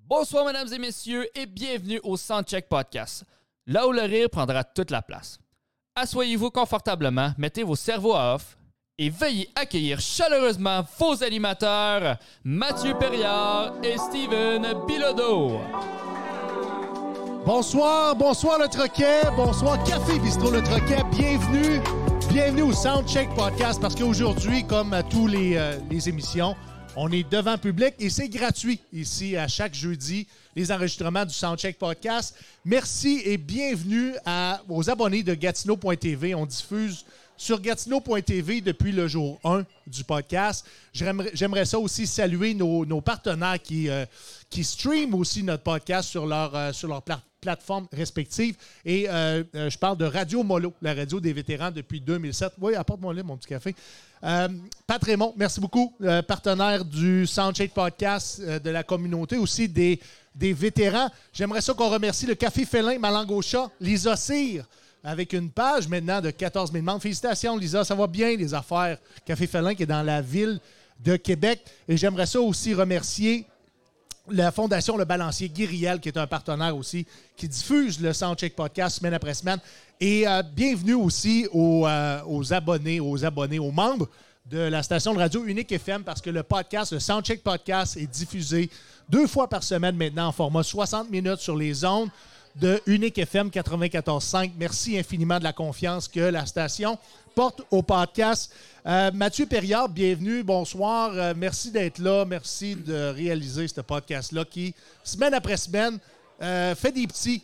Bonsoir, mesdames et messieurs, et bienvenue au Soundcheck Podcast, là où le rire prendra toute la place. Assoyez-vous confortablement, mettez vos cerveaux à off et veuillez accueillir chaleureusement vos animateurs, Mathieu Perriard et Steven Bilodeau. Bonsoir, bonsoir le Troquet, bonsoir Café Bistrot le Troquet, bienvenue, bienvenue au Soundcheck Podcast parce qu'aujourd'hui, comme à tous les, euh, les émissions, on est devant public et c'est gratuit ici à chaque jeudi, les enregistrements du Soundcheck Podcast. Merci et bienvenue à, aux abonnés de Gatineau.tv. On diffuse sur Gatineau.tv depuis le jour 1 du podcast. J'aimerais j'aimerais ça aussi saluer nos, nos partenaires qui, euh, qui streament aussi notre podcast sur leur, euh, sur leur pla- plateforme respective. Et euh, euh, je parle de Radio Molo, la radio des vétérans depuis 2007. Oui, apporte-moi là mon petit café. Euh, Pat Raymond, merci beaucoup, euh, partenaire du Soundcheck Podcast, euh, de la communauté, aussi des, des vétérans. J'aimerais ça qu'on remercie le Café Félin, ma langue au chat, Lisa Cyr, avec une page maintenant de 14 000 membres. Félicitations, Lisa, ça va bien, les affaires. Café Félin qui est dans la ville de Québec. Et j'aimerais ça aussi remercier la Fondation Le Balancier Guiriel, qui est un partenaire aussi, qui diffuse le Soundcheck Podcast semaine après semaine. Et euh, bienvenue aussi aux, euh, aux abonnés, aux abonnés, aux membres de la station de radio Unique FM, parce que le podcast, le Soundcheck Podcast, est diffusé deux fois par semaine maintenant en format 60 minutes sur les ondes de Unique FM 94.5. Merci infiniment de la confiance que la station porte au podcast. Euh, Mathieu Perriard, bienvenue, bonsoir. Euh, merci d'être là. Merci de réaliser ce podcast-là qui, semaine après semaine, euh, fait des petits.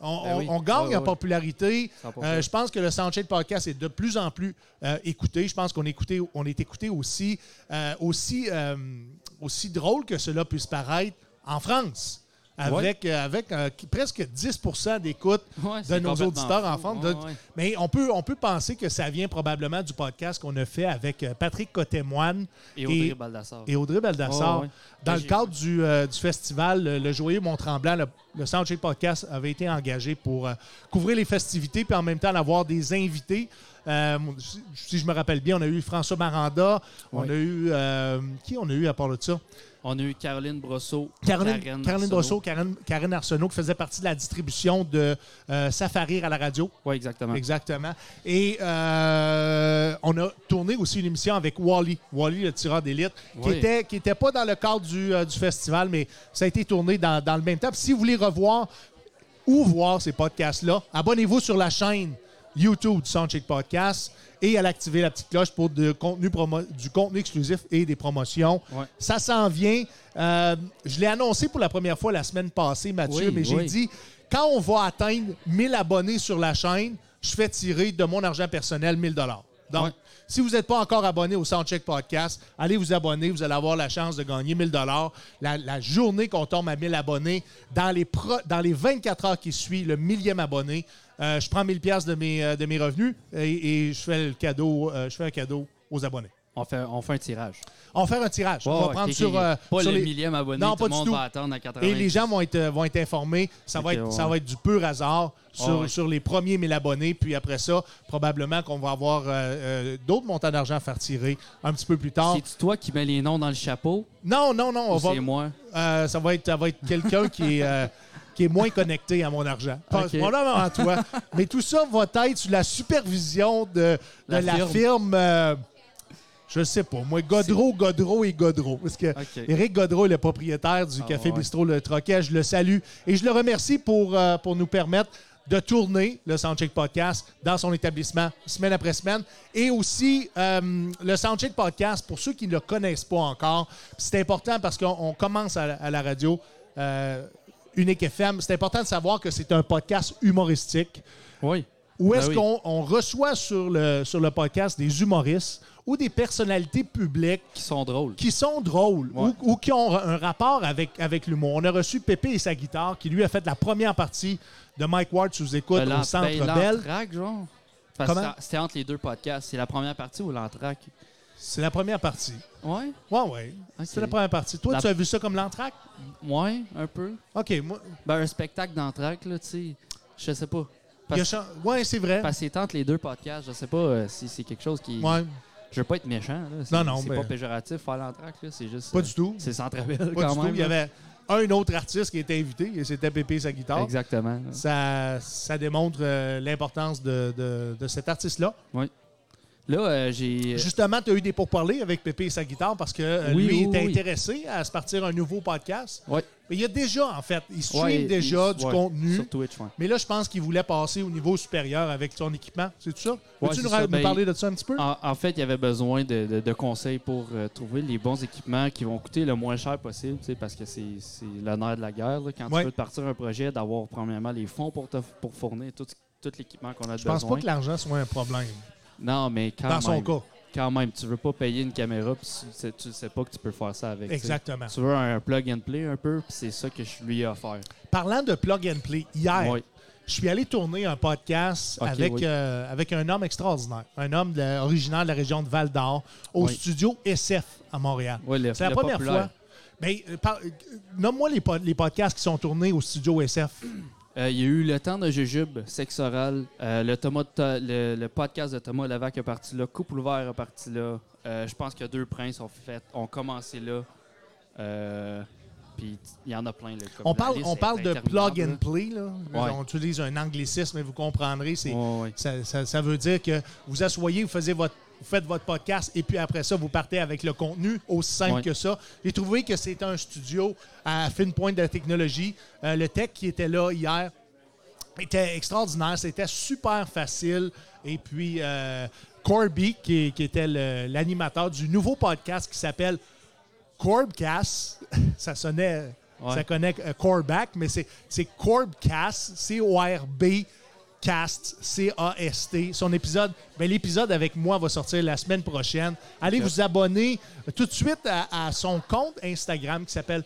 On, Ben on- oui. on gagne Ouais, ouais, en ouais. popularité. 100%. Euh, je pense que le Soundcheck Podcast est de plus en plus euh, écouté. Je pense qu'on est écouté, on est écouté aussi, euh, aussi, euh, aussi drôle que cela puisse paraître en France. Avec, euh, avec euh, qui- presque 10 d'écoute Ouais, de c'est nos complètement auditeurs en fou. France. Ouais, De- ouais. Mais on peut, on peut penser que ça vient probablement du podcast qu'on a fait avec euh, Patrick Cotémoine Et Audrey Baldassar. et Audrey Baldassar. Ouais, ouais. Dans Ben, le j'ai- cadre du, euh, du festival euh, Le Joyeux Mont-Tremblant, le, le Soundcheck Podcast avait été engagé pour euh, couvrir les festivités puis en même temps avoir des invités. Euh, si- si je me rappelle bien, on a eu François Maranda, on Ouais. a eu. euh, qui on a eu à part de ça On a eu Caroline Brosseau. Caroline, Karen Caroline Arsenault. Brosseau, Karen, Karen Arsenault, qui faisait partie de la distribution de euh, Safarir à la radio. Oui, exactement. Exactement. Et euh, on a tourné aussi une émission avec Wally, Wally le tireur d'élite, qui Oui. était qui était pas dans le cadre du, euh, du festival, mais ça a été tourné dans, dans le même temps. Puis si vous voulez revoir ou voir ces podcasts-là, abonnez-vous sur la chaîne YouTube du Soundcheck Podcast et à l'activer la petite cloche pour de contenu promo- du contenu exclusif et des promotions. Ouais. Ça s'en vient. Euh, je l'ai annoncé pour la première fois la semaine passée, Mathieu, Oui, mais j'ai oui. dit quand on va atteindre 1000 abonnés sur la chaîne, je fais tirer de mon argent personnel 1000 dollars. Donc, Ouais. si vous n'êtes pas encore abonné au Soundcheck Podcast, allez vous abonner. Vous allez avoir la chance de gagner 1000 dollars. La, la journée qu'on tombe à 1000 abonnés, dans les, pro- dans les 24 heures qui suivent, le millième abonné, euh, je prends 1000 pièces de mes, euh, de mes revenus et, et je, fais le cadeau, euh, je fais un cadeau aux abonnés. On, fait, on fait un tirage. On va faire un tirage. on va Ouais, ouais, prendre Oh, ok, sur, ok. euh, pas sur le les- millième abonné. Non, tout pas le du monde tout. va attendre à 80. Et les gens vont être, euh, vont être informés. Ça va, Ok, être, ouais. ça va être du pur hasard sur, Ouais, ouais. sur les premiers 1000 abonnés. Puis après ça, probablement qu'on va avoir euh, euh, d'autres montants d'argent à faire tirer un petit peu plus tard. C'est toi qui mets les noms dans le chapeau Non, non, non. On ou va, c'est moi euh, ça va être, ça va être quelqu'un qui est. euh, qui est moins connecté à mon argent. Pas- Ok. Probablement à toi. Mais tout ça va être sous la supervision de, de la, La firme, firme. euh, je sais pas, moi, Godreau, Godreau et Godreau. Parce que Ok. Éric Godreau est le propriétaire du Ah, Café ouais. Bistrot Le Troquet. Je le salue et je le remercie pour, euh, pour nous permettre de tourner le Soundcheck Podcast dans son établissement semaine après semaine. Et aussi, euh, le Soundcheck Podcast, pour ceux qui ne le connaissent pas encore, c'est important parce qu'on on commence à, la- à la radio euh, Unique FM. C'est important de savoir que c'est un podcast humoristique. Oui. Où Ben est-ce oui. qu'on on reçoit sur le, sur le podcast des humoristes ou des personnalités publiques Qui sont drôles. qui sont drôles Ouais. ou, ou qui ont un rapport avec, avec l'humour. On a reçu Pépé et sa guitare, qui lui a fait la première partie de Mike Ward sous écoute Ben, au Centre ben, Bell. l'entraque, genre. Parce que Comment? ça- C'était entre les deux podcasts. C'est la première partie ou l'entraque? C'est la première partie. Ouais. Ouais, ouais. Ok. C'est la première partie. Toi, La- tu as vu ça comme l'entraque? Ouais, un peu. OK, moi. Ben, un spectacle d'entraque, là, tu sais. Je sais pas. il y a Parce, chan- Ouais, c'est vrai. parce que c'est entre les deux podcasts. Je sais pas euh, si c'est quelque chose qui. Ouais, Je veux pas être méchant. Là. C'est- Non, non, C'est mais- pas péjoratif faire l'entraque. là. C'est juste. pas euh, du tout. C'est centre-ville Pas quand du même. tout. Il y là. avait un autre artiste qui était invité, et c'était Pépé sa guitare. Exactement. Ça, ça démontre euh, l'importance de, de- de cet artiste-là. Là, euh, j'ai. Justement, tu as eu des pourparlers avec Pépé et sa guitare parce que euh, Oui, lui oui, est oui. intéressé à se partir un nouveau podcast. Ouais. Mais il y a déjà, en fait, il stream Ouais, déjà il- du ouais, contenu. Sur Twitch, ouais. Mais là, je pense qu'il voulait passer au niveau supérieur avec son équipement. C'est tout ça? Peux-tu c'est nous, ça. ra- nous Ben, parler de ça un petit peu? En, en fait, il y avait besoin de, de- de conseils pour euh, trouver les bons équipements qui vont coûter le moins cher possible, tu sais, parce que c'est c'est le nerf de la guerre. là. Quand Ouais. tu veux te partir un projet, d'avoir premièrement les fonds pour, te, pour fournir tout, tout l'équipement qu'on a je besoin. pense pas que l'argent soit un problème. Non, mais quand dans même, son cas. quand même, tu veux pas payer une caméra, puis tu, sais- tu sais pas que tu peux faire ça avec. tu sais. Exactement. Tu veux un plug and play un peu, puis c'est ça que je lui ai offert. Parlant de plug and play, hier, Ouais. je suis allé tourner un podcast Ok, avec, oui. euh, avec un homme extraordinaire, un homme de- originaire de la région de Val d'Or, au Oui. studio SF à Montréal. Ouais, le- C'est la le première fois. populaire. Mais euh, par- euh, nomme-moi les, po- les podcasts qui sont tournés au studio SF. Euh, Il y a eu le temps de jujube, sexe oral, euh, le, Thomas de Ta- le, le podcast de Thomas Levac est parti là, couple ouvert est parti là. Euh, je pense que deux princes ont fait, ont commencé là. Euh, Puis il y en a plein là. comme On la parle, liste on est parle de interminable, plug and là. play. là. Ouais. On utilise un anglicisme, mais vous comprendrez. C'est, Ouais, ouais. Ça, ça- ça veut dire que vous asseyez, vous, faisiez votre, vous faites votre podcast et puis après ça, vous partez avec le contenu, aussi simple Ouais. que ça. J'ai trouvé que c'est un studio à fine pointe de la technologie. Euh, le tech qui était là hier était extraordinaire, c'était super facile. Et puis euh, Corby, qui, qui était le- l'animateur du nouveau podcast qui s'appelle Corbcast, ça sonnait, Ouais. ça connecte euh, Corback, mais c'est c'est Corbcast, C-O-R-B, Cast, C-A-S-T. Son épisode, ben, l'épisode avec moi va sortir la semaine prochaine. Allez vous abonner euh, tout de suite à, à son compte Instagram qui s'appelle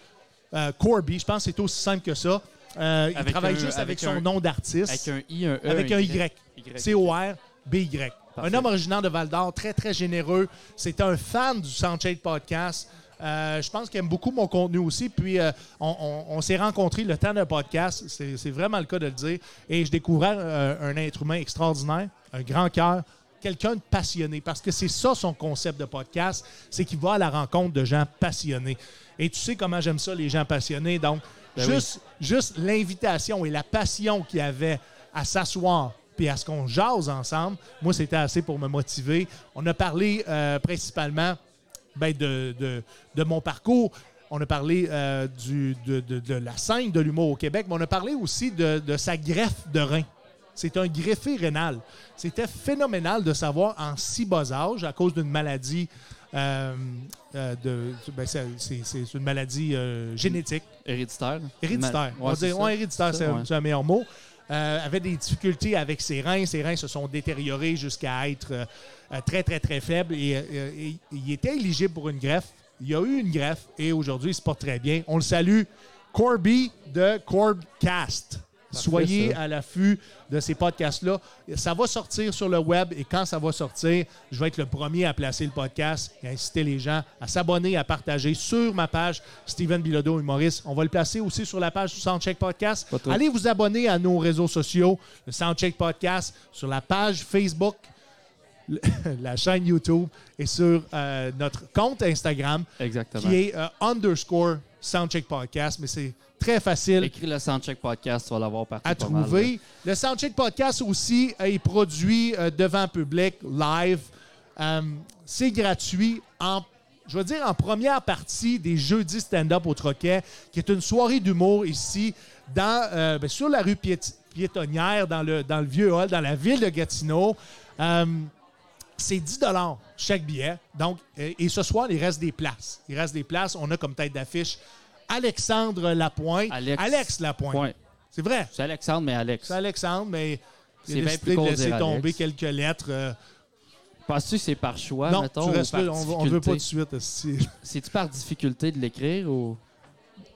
euh, Corby. Je pense que c'est aussi simple que ça. Euh, il Avec travaille un- juste avec, avec son un- nom Avec d'artiste, un I, un E, Euh, avec un Y. C-O-R-B-Y. Un Parfait. homme originaire de Val d'Or, très, très généreux. C'est un fan du Soundshade Podcast. Euh, je pense qu'il aime beaucoup mon contenu aussi. Puis, euh, on, on- on s'est rencontrés le temps d'un podcast. C'est c'est vraiment le cas de le dire. Et je découvrais euh, un être humain extraordinaire, un grand cœur, quelqu'un de passionné. Parce que c'est ça son concept de podcast, c'est qu'il va à la rencontre de gens passionnés. Et tu sais comment j'aime ça, les gens passionnés. Donc, Ben oui. juste, juste l'invitation et la passion qu'il y avait à s'asseoir puis à ce qu'on jase ensemble, moi, c'était assez pour me motiver. On a parlé euh, principalement ben, de, de- de mon parcours. On a parlé euh, du- de, de- de la scène de l'humour au Québec, mais on a parlé aussi de, de sa greffe de rein. C'est un greffé rénal. C'était phénoménal de savoir en si bas âge, à cause d'une maladie, euh, euh, de, ben, c'est- c'est c'est une maladie euh, génétique. Héréditaire. là. Héréditaire. Ma- on va ouais, c'est dire, ça. ouais, héréditaire, ça, c'est un- ouais. c'est un meilleur mot. Euh, avait des difficultés avec ses reins. Ses reins se sont détériorés jusqu'à être euh, euh, très, très, très faibles. Et, euh, et- et il était éligible pour une greffe. Il y a eu une greffe et aujourd'hui, il se porte très bien. On le salue. Corby de Corbcast. Soyez ça. à l'affût de ces podcasts-là. Ça va sortir sur le web et quand ça va sortir, je vais être le premier à placer le podcast et inciter les gens à s'abonner, à partager sur ma page Steven Bilodeau et Maurice. On va le placer aussi sur la page du Soundcheck Podcast. Pas tout. Allez vous abonner à nos réseaux sociaux, le Soundcheck Podcast, sur la page Facebook, le- la chaîne YouTube et sur euh, notre compte Instagram Exactement. qui est euh, underscore Soundcheck Podcast. Mais c'est très facile Écris le Soundcheck Podcast, tu vas l'avoir partout. à pas mal, trouver. le Soundcheck Podcast aussi euh, est produit euh, devant public, live. Euh, c'est gratuit en je veux dire en première partie des jeudis stand-up au Troquet, qui est une soirée d'humour ici dans, euh, ben, sur la rue Piéti- piétonnière, dans le, dans le vieux hall, dans la ville de Gatineau. Euh, c'est 10 chaque billet. Donc, euh, et ce soir, il reste des places. Il reste des places. On a comme tête d'affiche Alexandre Lapointe. Alex. là. Lapointe. Point. C'est vrai. C'est Alexandre, mais Alex. C'est Alexandre, mais il C'est a bien décidé plus de cool laisser dire tomber Alex. quelques lettres. euh, Penses-tu que c'est par choix, non, mettons, tu ou restes par là. On, on veut pas difficulté? de suite. esti. C'est-tu par difficulté de l'écrire ou.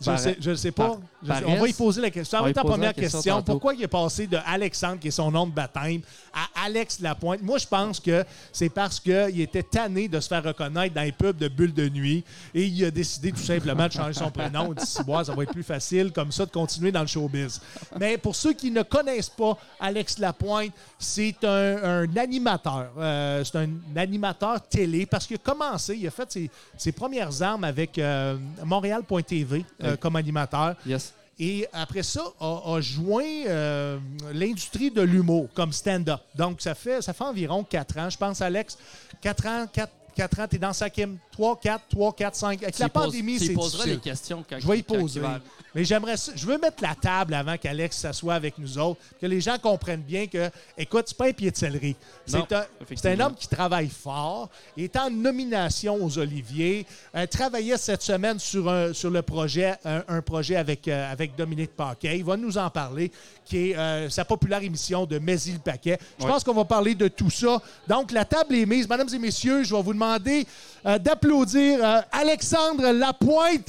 Je ne Par- sais, je le sais pas. par- Je sais- on paresse? va y poser la question. On Avant va y ta poser la première question question, tantôt. pourquoi il est passé de Alexandre, qui est son nom de baptême, à Alex Lapointe? Moi, je pense que c'est parce qu'il était tanné de se faire reconnaître dans les pubs de bulles de nuit et il a décidé tout simplement de changer son prénom. Il dit, Si, bois, ça va être plus facile comme ça de continuer dans le showbiz. Mais pour ceux qui ne connaissent pas Alex Lapointe, c'est un, un animateur. Euh, c'est un animateur télé parce qu'il a commencé, il a fait ses, ses premières armes avec euh, Montréal.tv. euh, comme animateur. Yes. Et après ça, a, a joint euh, l'industrie de l'humour comme stand-up. Donc, ça fait, ça fait environ quatre ans. Je pense, Alex, quatre ans, quatre, quatre ans, t'es dans Sakim. Trois, quatre, trois, quatre, cinq. Avec Tu la y poses- pandémie, tu y c'est poseras difficile. les questions quand Je vais y quand il poser. va- Mais j'aimerais ça- Je veux mettre la table avant qu'Alex s'assoie avec nous autres, que les gens comprennent bien que, écoute, c'est pas un pied de céleri. Non, C'est un, c'est un effectivement. homme qui travaille fort, il est en nomination aux Oliviers, euh, travaillait cette semaine sur, un- sur le projet, un, un projet avec, euh, avec Dominique Paquet. Il va nous en parler, qui est euh, sa populaire émission de Maisy le Paquet. Je Ouais. pense qu'on va parler de tout ça. Donc, la table est mise. Mesdames et messieurs, je vais vous demander euh, d'applaudir euh, Alexandre Lapointe.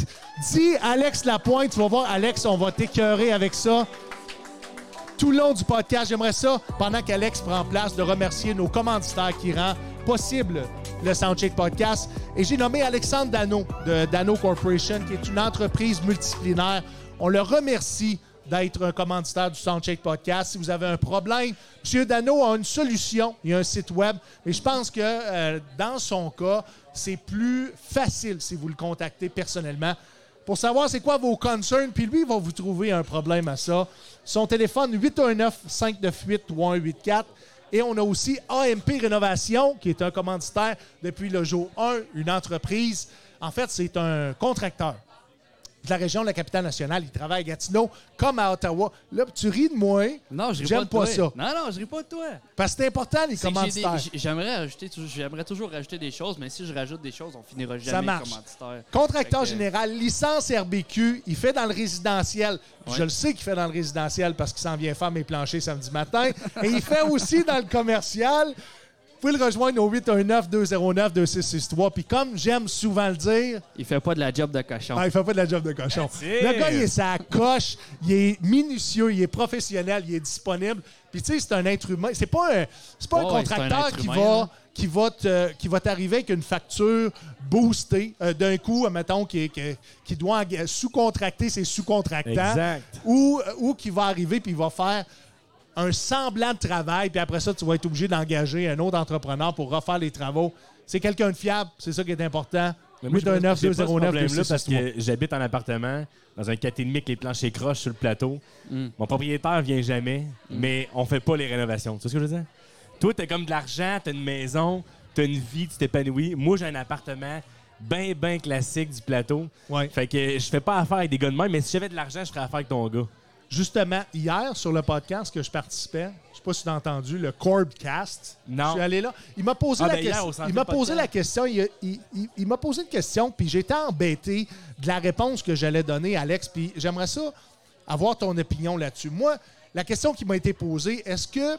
Dis Alex Lapointe. Tu vas voir, Alex, on va t'écœurer avec ça tout le long du podcast. J'aimerais ça, pendant qu'Alex prend place, de remercier nos commanditaires qui rend possible le Soundcheck Podcast. Et j'ai nommé Alexandre Dano de Dano Corporation, qui est une entreprise multidisciplinaire. On le remercie d'être un commanditaire du Soundcheck Podcast. Si vous avez un problème, M. Dano a une solution. Il y a un site web. Mais je pense que euh, dans son cas, c'est plus facile si vous le contactez personnellement pour savoir c'est quoi vos concerns. Puis lui, il va vous trouver un problème à ça. Son téléphone 819-598-3184. Et on a aussi AMP Rénovation, qui est un commanditaire depuis le jour 1, une entreprise. En fait, c'est un contracteur de la région de la capitale nationale. Il travaille à Gatineau comme à Ottawa. Là, tu ris de moi hein, Non, je ris J'aime pas, de pas ça. toi. Non, non, je ris pas de toi. parce que c'est important, les C'est que j'ai des- commanditaires. j'ai- J'aimerais ajouter, tou- j'aimerais toujours rajouter des choses, mais si je rajoute des choses, on finira jamais marche. commanditaire. Contracteur Fait que- général, licence RBQ, il fait dans le résidentiel. Je le sais qu'il fait dans le résidentiel parce qu'il s'en vient faire mes planchers samedi matin. Et il fait aussi dans le commercial. Vous pouvez le rejoindre au 819-209-2663. Puis comme j'aime souvent le dire, Il fait pas de la job de cochon. ah, il fait pas de la job de cochon. it. Le gars, il est sa coche, il est minutieux, il est professionnel, il est disponible. Puis tu sais, c'est un être humain. C'est pas un, c'est pas un Ouais, ouais, c'est un contracteur être qui, humain, va, là. qui va te- qui va t'arriver avec une facture boostée euh, d'un coup, mettons, qui, qui, qui doit enga- sous-contracter ses sous-contractants. Exact. Ou, euh, ou qui va arriver puis il va faire un semblant de travail, puis après ça, tu vas être obligé d'engager un autre entrepreneur pour refaire les travaux. C'est quelqu'un de fiable, c'est ça qui est important. Mais moi, j'ai pas- 819 j'ai pas ce 209 problème-là parce 2663. que j'habite en appartement, dans un 4,5 avec les planchers croches sur le plateau. Mon propriétaire vient jamais, mais on fait pas les rénovations. Tu vois ce que je veux dire? Toi, t'as comme de l'argent, t'as une maison, t'as une vie, tu t'épanouis. Moi, j'ai un appartement bien, bien classique du plateau. Ouais. Fait que je fais pas affaire avec des gars de même, mais si j'avais de l'argent, je ferais affaire avec ton gars. Justement, hier, sur le podcast que je participais, je sais pas si tu as entendu, le Corbcast. Non. Je suis allé là. Il m'a posé, Ah, la, ben, hier, question- au centre il m'a podcast. posé la question. Il, a- il- il- il m'a posé une question, puis j'étais embêté de la réponse que j'allais donner, Alex. Puis j'aimerais ça avoir ton opinion là-dessus. Moi, la question qui m'a été posée, est-ce que.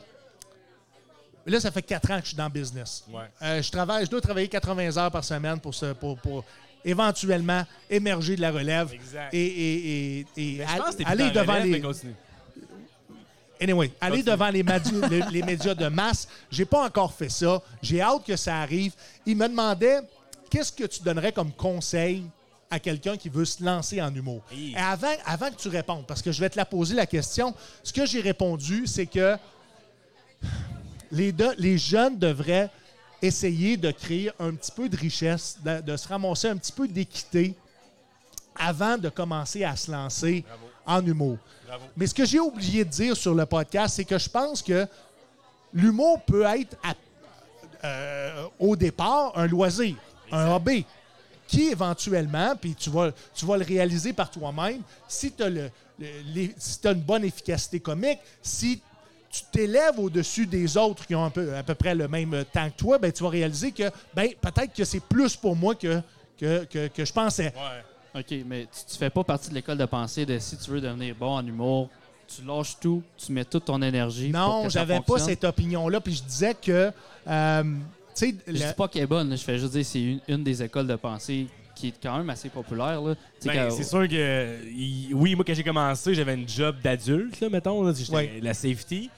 Là, ça fait quatre ans que je suis dans le business. Ouais. Euh, je, travaille, je dois travailler 80 heures par semaine pour, ce, pour, pour éventuellement émerger de la relève. Exact. Et, et, et- et Je pense que t'es plus aller dans devant relève, les. mais continue. Anyway, aller Continue. devant les, madi- les- les médias de masse, j'ai pas encore fait ça. J'ai hâte que ça arrive. Il me demandait qu'est-ce que tu donnerais comme conseil à quelqu'un qui veut se lancer en humour. Hey. Et avant, avant que tu répondes, parce que je vais te la poser la question, ce que j'ai répondu, c'est que les, deux- les jeunes devraient essayer de créer un petit peu de richesse, de, de se ramasser un petit peu d'équité avant de commencer à se lancer en humour. Mais ce que j'ai oublié de dire sur le podcast, c'est que je pense que l'humour peut être à- euh, au départ un loisir, un hobby, qui éventuellement, puis tu vas, tu vas le réaliser par toi-même, si tu as, une bonne efficacité comique, si tu t'élèves au-dessus des autres qui ont un peu, à peu près le même temps que toi, ben, tu vas réaliser que ben, peut-être que c'est plus pour moi que, que, que, que je pensais. OK, mais tu, tu fais pas partie de l'école de pensée de si tu veux devenir bon en humour, tu lâches tout, tu mets toute ton énergie. pour Non, que ça j'avais pas fonctionne. cette opinion-là, puis je disais que. euh, tu sais, Je le- dis pas qu'elle est bonne, là, je fais juste dire que c'est une, une des écoles de pensée qui est quand même assez populaire. là. Tu sais, Ben, qu'à- c'est sûr que. euh, il- Oui, moi, quand j'ai commencé, j'avais une job d'adulte, là, mettons. là, j'étais Ouais. la safety.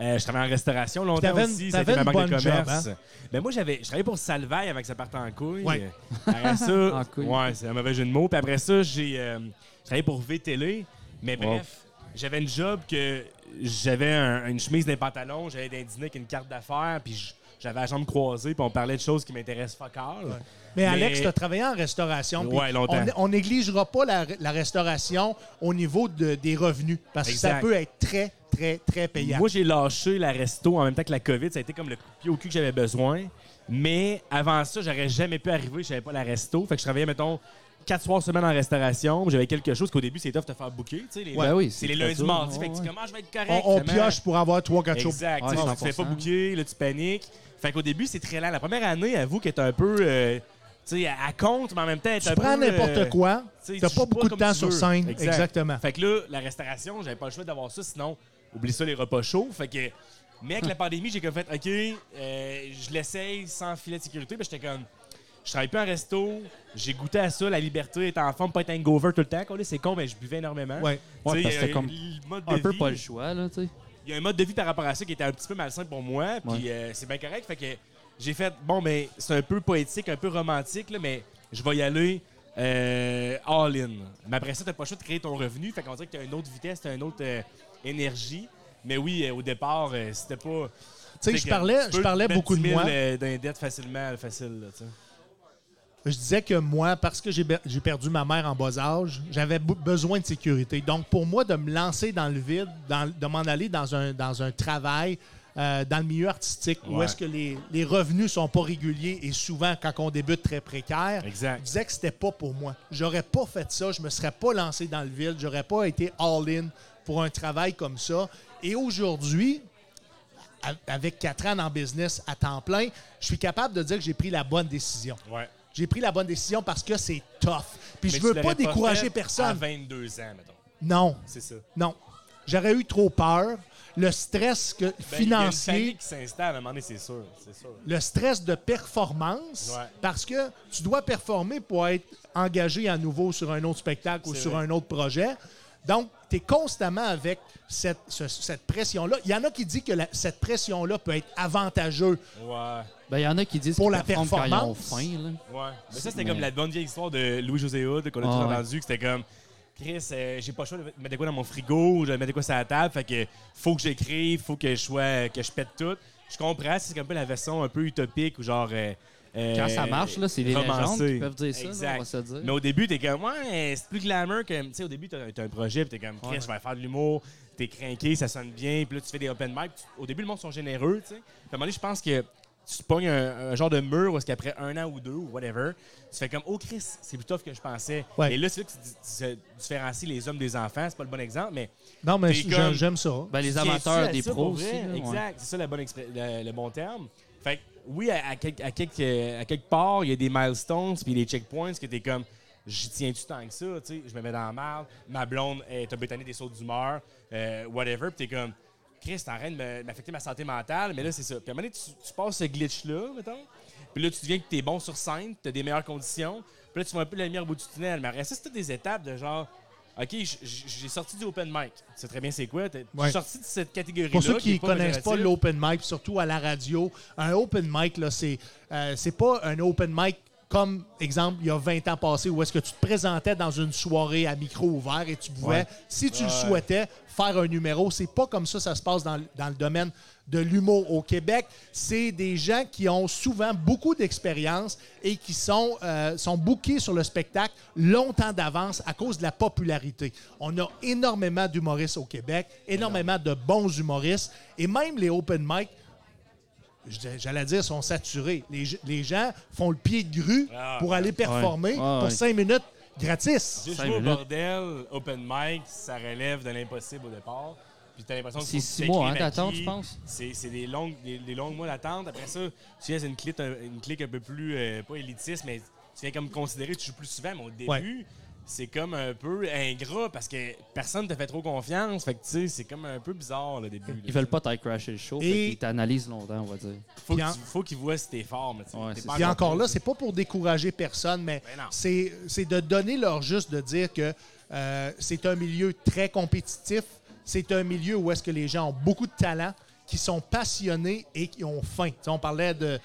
Euh, je travaillais en restauration longtemps t'avais une- aussi. Ça a été t'avais ma une marque de bonne job, hein? commerce. Ben, moi, j'avais, je travaillais pour Salvaille avant que ça parte en couille. Ouais. Euh, Après ça, En couille. ouais, c'est un mauvais jeu de mots. Puis après ça, j'ai euh, je travaillais pour VTL. Mais bref, J'avais une job que j'avais un- une chemise d'un pantalon, j'avais d'un dîner avec une carte d'affaires, puis j- j'avais la jambe croisée, puis on parlait de choses qui m'intéressent fuck all. Mais Alex, tu as travaillé en restauration. puis Ouais, longtemps. On, on négligera pas la, la restauration au niveau de- des revenus parce que ça Exact. peut être très, très, très payant. Moi, j'ai lâché la resto en même temps que la COVID. Ça a été comme le coup de pied au cul que j'avais besoin. Mais avant ça, j'aurais jamais pu arriver si j'avais pas la resto. Fait que je travaillais, mettons, quatre soirs semaine en restauration. puis J'avais quelque chose qu'au début, c'est tough de te faire bouquer. tu sais, les- Ouais, ben oui, c'est c'est les très lundis, dur. mardis. Ouais, Fait que tu ouais. dis, comment je vais être correct? on, on finalement? pioche pour avoir 3-4 shows. Exact. Ouais, tu sais, tu te 100%. fais pas bouquer, là, tu paniques. Fait qu'au début, c'est très lent. La première année, avoue qu'elle est un peu. euh, tu sais, à compte, mais en même temps, elle est Tu un prends peu, euh, n'importe quoi. tu sais, T'as tu pas joues beaucoup de comme temps tu sur veux. scène. Exact. Exactement. Fait que là, la restauration, j'avais pas le choix d'avoir ça, sinon, oublie ça, les repas chauds. Fait que, mais Hum. avec la pandémie, j'ai comme fait, OK, euh, je l'essaye sans filet de sécurité, mais j'étais comme, je travaille plus en resto, j'ai goûté à ça, la liberté, être en forme, pas être hangover tout le temps. Collé, C'est con, mais je buvais énormément. Ouais. Tu sais, Ouais, parce que euh, comme le mode de un peu vie- pas le choix, là, tu sais. il y a un mode de vie par rapport à ça qui était un petit peu malsain pour moi, puis euh, c'est bien correct. Fait que j'ai fait, bon, mais c'est un peu poétique, un peu romantique, là, mais je vais y aller euh, all-in. Mais après ça, t'as pas le choix de créer ton revenu, fait qu'on dirait que t'as une autre vitesse, t'as une autre euh, énergie. Mais oui, euh, au départ, euh, c'était pas. Tu sais, je parlais, je parlais beaucoup de moi. euh, D'un dette facilement, facile, là, tu sais. Je disais que moi, parce que j'ai be- j'ai perdu ma mère en bas âge, j'avais bou- besoin de sécurité. Donc, pour moi, de me lancer dans le vide, dans- de m'en aller dans un, dans un travail, euh, dans le milieu artistique, où Ouais. est-ce que les, les revenus sont pas réguliers et souvent, quand on débute, très précaires, je Exact. disais que c'était pas pour moi. J'aurais pas fait ça, je me serais pas lancé dans le vide, j'aurais pas été all-in pour un travail comme ça. Et aujourd'hui, a- avec quatre ans en business à temps plein, je suis capable de dire que j'ai pris la bonne décision. Ouais. J'ai pris la bonne décision parce que c'est tough. Puis Mais je tu veux l'aurais pas décourager fait À personne. 22 ans, mettons. Non, C'est ça. non. J'aurais eu trop peur. Le stress que, Ben, il y a une financier, panique qui s'installe à un moment donné, c'est sûr. C'est sûr. le stress de performance, Ouais. parce que tu dois performer pour être engagé à nouveau sur un autre spectacle ou C'est sur vrai. un autre projet. Donc, tu es constamment avec cette, ce- cette pression-là. Il y en a qui disent que la- cette pression-là peut être avantageuse. Ouais. Ben, il y en a qui disent Pour qu'ils la performent quand ils ont performance. faim, là. Ouais. Mais ça, c'était Mais- comme la bonne vieille histoire de Louis-José Hood qu'on a Ah, toujours ouais. entendu, que c'était comme Chris, euh, j'ai pas le choix de mettre de quoi dans mon frigo, de mettre de quoi sur la table, fait que faut que j'écrive, faut que je sois, que je pète tout. Je comprends, c'est un peu la version un peu utopique ou genre. euh, euh, Quand ça marche, là, c'est les légendes romancé. qui peuvent dire ça, là, Exact. on va se le dire. Mais au début, t'es comme, ouais, c'est plus glamour que. Tu sais, au début, t'as t'as un projet, puis t'es comme, Chris, Ouais. je vais faire de l'humour, t'es craqué, ça sonne bien, puis là, tu fais des open mic. Tu- Au début, le monde sont généreux, tu sais. Puis à un moment donné, je pense que tu te pognes un, un genre de mur où est-ce qu'après un an ou deux, ou whatever, tu fais comme, oh, Chris, c'est plus tough que je pensais. Ouais. Et là, c'est là que tu, dis- tu différencies les hommes des enfants, c'est pas le bon exemple, mais. Non, mais T'es j- comme- j'aime ça. Ben, les Tu tiens-tu amateurs à des ça pros pour aussi. vrai? là, ouais. Exact, c'est ça la bonne expré- le, le bon terme. Fait que, oui, à, à quelque, à quelque- à quelque part, il y a des milestones puis des checkpoints que t'es comme, j'y tiens-tu tant que ça, tu sais, je me mets dans la merde, ma blonde est bétonnée des sauts d'humeur, euh, whatever, puis t'es comme, Chris, t'es en train de me- m'affecter ma santé mentale, mais là, c'est ça. Puis à un moment donné, tu, tu passes ce glitch-là, mettons, puis là, tu deviens que t'es bon sur scène, t'as des meilleures conditions, puis là, tu vois un peu la lumière au bout du tunnel. Mais après ça, c'est toutes des étapes de genre, OK, j- j- j'ai sorti du open mic. Tu sais très bien c'est quoi. t'es- Ouais. J'ai sorti de cette catégorie-là. Pour ceux qui est ne connaissent pas péjorative. l'open mic, surtout à la radio, un open mic, là, c'est euh, c'est pas un open mic comme, exemple, il y a 20 ans passé, où est-ce que tu te présentais dans une soirée à micro ouvert et tu pouvais, Ouais. si tu le Ouais. souhaitais, faire un numéro. C'est pas comme ça ça se passe dans, le- dans le domaine de l'humour au Québec. C'est des gens qui ont souvent beaucoup d'expérience et qui sont, euh, sont bookés sur le spectacle longtemps d'avance à cause de la popularité. On a énormément d'humoristes au Québec, énormément de bons humoristes et même les open mic, je dis- j'allais dire, sont saturés. Les, ge- les gens font le pied de grue Ah, pour aller performer Ouais, ouais. pour cinq minutes gratis. J'ai Cinq joué au minutes. bordel, open mic, ça relève de l'impossible au départ. Puis t'as l'impression que C'est faut six que tu mois, hein, t'écrives à d'attente, qui. je pense. C'est c'est des longues, des, des longues mois d'attente. Après ça, tu viens une clique, un- une clique un peu plus, euh, pas élitiste, mais tu viens comme considérer que tu joues plus souvent. Mais au début, Ouais. c'est comme un peu ingrat parce que personne te fait trop confiance. Fait que tu sais, c'est comme un peu bizarre le début. là. Ils veulent pas t'aille crasher le show, Et- fait qu'ils t'analysent longtemps, on va dire. Faut Puis en- que tu- faut qu'ils voient si t'es fort. Ah Mais tu sais, Ouais, t'es c'est pas Puis encore prêt. là, c'est pas pour décourager personne, mais Ben non. c'est c'est de donner leur juste de dire que euh, c'est un milieu très compétitif, c'est un milieu où est-ce que les gens ont beaucoup de talent qui sont passionnés et qui ont faim. Tu sais, on parlait de, de ouais.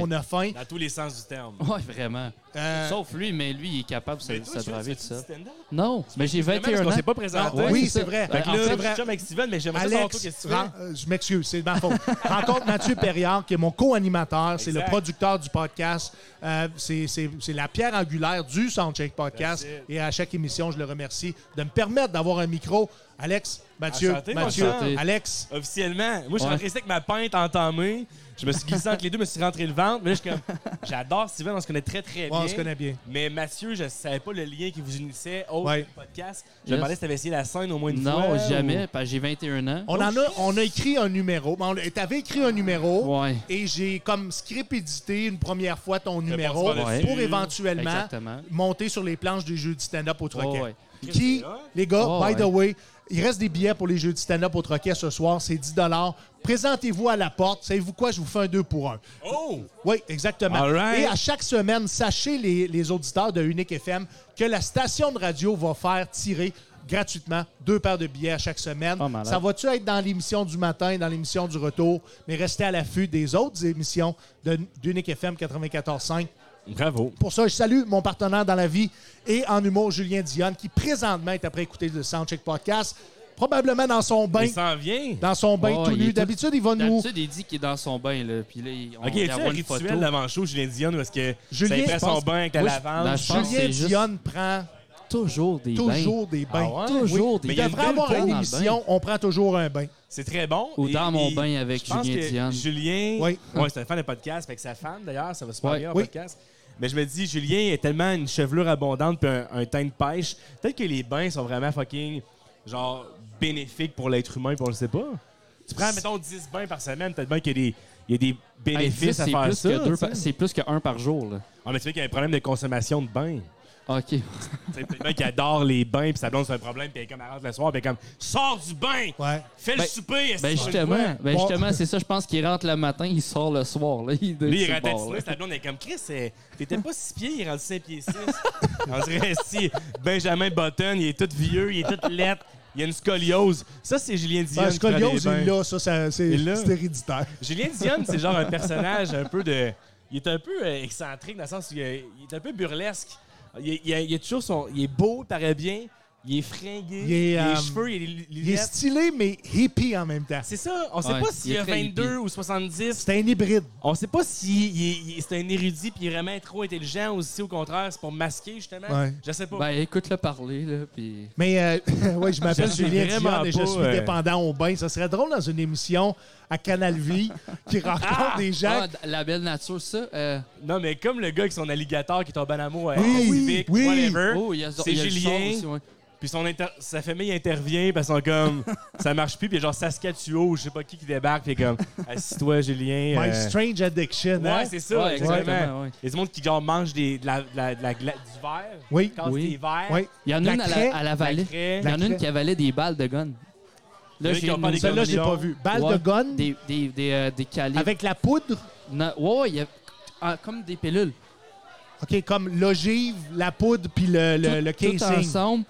on a faim. Dans tous les sens du terme. Ouais, vraiment. Euh, Sauf lui, mais lui, il est capable de Mais se- toi, se tu fais travailler du tout ça. stand-up? Non, mais j'ai Vraiment, parce 21 qu'on ans. s'est pas présenté. Ah, oui, ça. c'est vrai. Ben, Fait que en là, fait, je suis chum avec Steven, mais j'aimerais ça savoir toi, Alex, qu'est-ce que tu fais? ren- euh, je m'excuse, c'est de ma faute. Rencontre Mathieu Perriard, qui est mon co-animateur, c'est le Exact. producteur du podcast. Euh, c'est c'est- c'est la pierre angulaire du Soundcheck Podcast. That's it. Et à chaque émission, je le remercie de me permettre d'avoir un micro. Alex, Mathieu, Enchanté, mon Mathieu, chum. Alex. Officiellement, moi, je suis Ouais. rentré ici avec ma pinte entamée. Je me suis glissé entre les deux, je me suis rentré le ventre. Mais là, je suis comme, j'adore Steven, on se connaît très, très Ouais, bien. on se connaît bien. Mais Mathieu, je savais pas le lien qui vous unissait au Ouais. podcast. Yes. Je me demandais si t'avais essayé la scène au moins une fois. Non, ou- jamais, parce que j'ai 21 ans. On, en a, on a écrit un numéro. Ben, on l'a- T'avais écrit un numéro. Ouais. Et j'ai comme scripédité une première fois ton bon, numéro tu vas Ouais. pour dessus. éventuellement Exactement. Oh, monter sur les planches du jeu du stand-up au troquet. Ouais, ouais. Qui, Qu'est-ce que c'est, hein? les gars, Oh, by the ouais. way, il reste des billets pour les jeux du stand-up au troquet ce soir, c'est 10 Présentez-vous à la porte. Savez-vous quoi? Je vous fais un 2 pour 1. Oh! Oui, exactement. All right. Et à chaque semaine, sachez, les, les auditeurs de Unique FM, que la station de radio va faire tirer gratuitement deux paires de billets à chaque semaine. Pas malade. Ça va-tu être dans l'émission du matin, dans l'émission du retour, mais restez à l'affût des autres émissions de- d'Unique FM 94.5. Bravo. Pour ça, je salue mon partenaire dans la vie et en humour, Julien Dionne, qui présentement est après écouter le Soundcheck Podcast, probablement dans son bain, Il s'en vient. dans son bain Oh, tout il nu. est tout- D'habitude, il va nous... D'habitude, il dit qu'il est dans son bain, là. Puis là, il- on Ok, y lui a-tu un envoie une rituel photo. d'avant-show Julien Dion où est-ce que Julien, ça y prend je son pense- bain avec la Moi, je- dans- lavande? je pense que Julien c'est juste- Dionne prend Toujours des bains. toujours des bains. Ah ouais? Toujours Mais des il y bains. a une devrait belle avoir peau dans une le émission, on prend toujours un bain. C'est très bon. Ou Et- dans mon et bain avec je pense Julien que Dion. Julien, Oui. ouais, c'est un fan de podcast, avec sa femme d'ailleurs, ça va super Ouais. bien en Oui. podcast. Mais je me dis, Julien a tellement une chevelure abondante puis un, un teint de pêche. Peut-être que les bains sont vraiment fucking, genre, bénéfiques pour l'être humain, puis on le sait pas. Tu prends, mettons, 10 bains par semaine, peut-être bien qu'il y a des, il y a des Hey, bénéfices c'est à faire plus ça. que deux tu sais. par- C'est plus qu'un par jour, là. Ah, mais tu sais qu'il y a un problème de consommation de bains. OK. Tu sais, peut-être bien qu'il adore les bains, puis sa blonde, c'est un problème, puis elle est comme, elle rentre le soir, puis elle est comme, sors du bain! Ouais. Fais le Ben- souper! est-ce Ben que tu veux le voir? justement, ben Bon. justement c'est ça, je pense qu'il rentre le matin, il sort le soir. Là. Il, Lui, il sur est le bord, ratatiné, là. sa blonde, elle est comme Chris, euh, t'étais pas six pieds, il est rendu 5 pieds 6. On dirait si Benjamin Button, il est tout vieux, il est tout laid, il a une scoliose. Ça, c'est Julien Dion. Ben, scoliose, il l'a, ça, ça, c'est Il l'a. c'est héréditaire. Julien Dion, c'est genre un personnage un peu de. Il est un peu euh, excentrique dans le sens où il est, il est un peu burlesque. Il, est- il a- il a toujours son. Il est beau, il paraît bien, il est fringué, Il il, est, a euh, les cheveux, il a les Il est lunettes. stylé, mais hippie en même temps. C'est ça, on sait Ouais, pas s'il il est a très 22 hippie. ou 70. C'est un hybride. On sait pas si il est- il est- c'est un érudit puis il est vraiment trop intelligent ou si au contraire c'est pour masquer justement. Ouais. Je sais pas. Ben écoute-le parler, là, puis... Mais euh, ouais, je m'appelle Je suis Julien Dion vraiment et je pas, suis euh, dépendant au bain. Ça serait drôle dans une émission à Canal Vie qui rencontre des gens. Ah, d- la belle nature, ça. euh, non mais comme le gars avec son alligator qui tombe en amour à Oui, Civic, oui. whatever. oh, il y a, c'est il y a le Julien. son aussi, ouais. Puis son inter- sa famille intervient parce qu'on comme ça marche plus puis genre Saskatchewan ou je sais pas qui qui débarque puis comme assis-toi Julien. My euh, Strange Addiction. hein? Ouais, c'est ça, Ouais, exactement. exactement, ouais. Il y a du monde qui genre mange des, de la, de la- de la gla- du verre, Oui, casse Oui. des verres, oui. Il y en a La une à craie, la, à la la vallée. craie. Il y en La a une craie. qui avalait des balles de gun. Là, qui ont pas des ça, Celle-là, je l'ai pas vue. Balle de gun Des, des, des, euh, des calibres. avec la poudre. Non, ouais, ouais, il y a- ah, comme des pilules. OK, comme l'ogive, la poudre, puis le, le, tout, le tout casing. ensemble,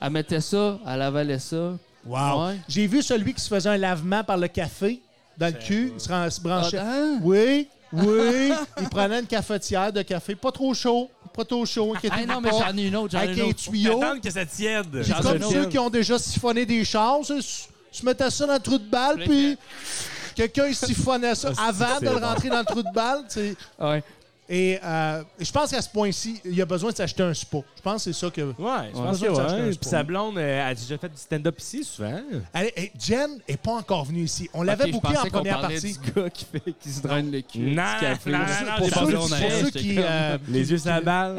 elle mettait ça, elle avalait ça. Wow. Ouais. J'ai vu celui qui se faisait un lavement par le café dans le cul. Il se, ran- se branchait. Ah, Oui, oui. il prenait une cafetière de café. Pas trop chaud. Pas trop chaud. ah, inquiétez-vous non, mais pas. j'en ai une autre, j'en ai Avec une un autre. tuyau. Attendre que ça tiède. Puis J'en ai comme une ceux autre. qui ont déjà siphonné des chars, tu sais, se se mettaient ça dans le trou de balle, puis quelqu'un il siphonnait ça avant de le rentrer dans le trou de balle. tu sais. Ah, Ouais. Et euh, je pense qu'à ce point-ci, il a besoin de s'acheter un spa. Je pense que c'est ça que... Ouais, je Ouais. pense Ça, ça, que je ouais. pense Puis pas. sa blonde euh, a déjà fait du stand-up ici souvent. Allez, hey, Jen n'est pas encore venue ici. On l'avait Ok, je bouclé pensais en qu'on première parlait partie. du gars qui, fait, qui se draine le cul. Non, du café. non, non, Pour ceux- pour non, j'ai pas ceux- blonde, pour hein, ceux j'étais qui, comme- euh, Les yeux sur la balle.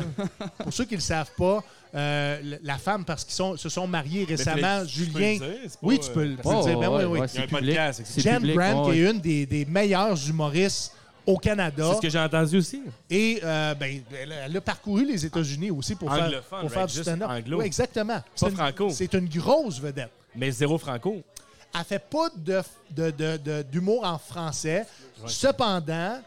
pour ceux qui ne le savent pas, euh, l- la femme, parce qu'ils sont- se sont mariés récemment, Julien... Oui, tu peux le Oh, dire. Ben oui, ouais, oui. ouais, Il y a c'est un public. podcast. C'est C'est Jen public, Brand, ouais. qui est une des, des meilleures humoristes au Canada. c'est ce que j'ai entendu aussi. Et euh, ben, elle, a- elle a parcouru les États-Unis aussi pour faire, Anglophone, pour right? faire du Juste stand-up. anglo. Oui, exactement. Pas une- franco. C'est une grosse vedette. Mais zéro franco. Elle fait pas de- de- de- de- d'humour en français. Cependant,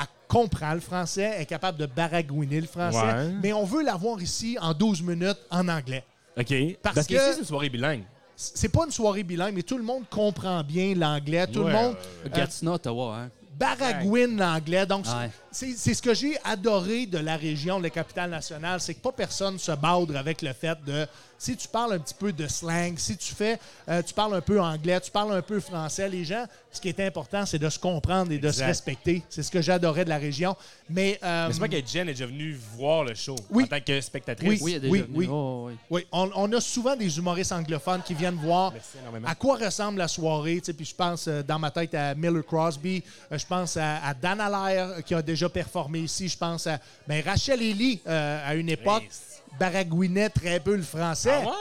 elle comprend le français, elle est capable de baragouiner le français. Ouais. Mais on veut l'avoir ici en 12 minutes en anglais. OK. Parce Parce, que- qu'ici, c'est une soirée bilingue. c'est pas une soirée bilingue, mais tout le monde comprend bien l'anglais. Tout Ouais, euh, le monde Gatineau, Ottawa, hein? baragouine l'anglais. Donc, c'est- Ouais. c'est c'est ce que j'ai adoré de la région, de la capitale nationale, c'est que pas personne se baudre avec le fait de si tu parles un petit peu de slang, si tu fais, euh, tu parles un peu anglais, tu parles un peu français, les gens, ce qui est important, c'est de se comprendre et de se Exact. respecter. C'est ce que j'adorais de la région. Mais, euh, Mais c'est moi que Jen est déjà venue voir le show Oui. en tant que spectatrice. Oui, Oui, il y a déjà oui, venu. oui. Oh, oui. oui, on, on a souvent des humoristes anglophones qui viennent voir Merci énormément. à quoi ressemble la soirée. tu sais, Puis je pense euh, dans ma tête à Miller Crosby, euh, je pense à, à Dan Allaire euh, qui a déjà performé ici, je pense à ben, Rachel Ellie euh, à une époque. Nice. Baragouinait très peu le français. Ah ouais?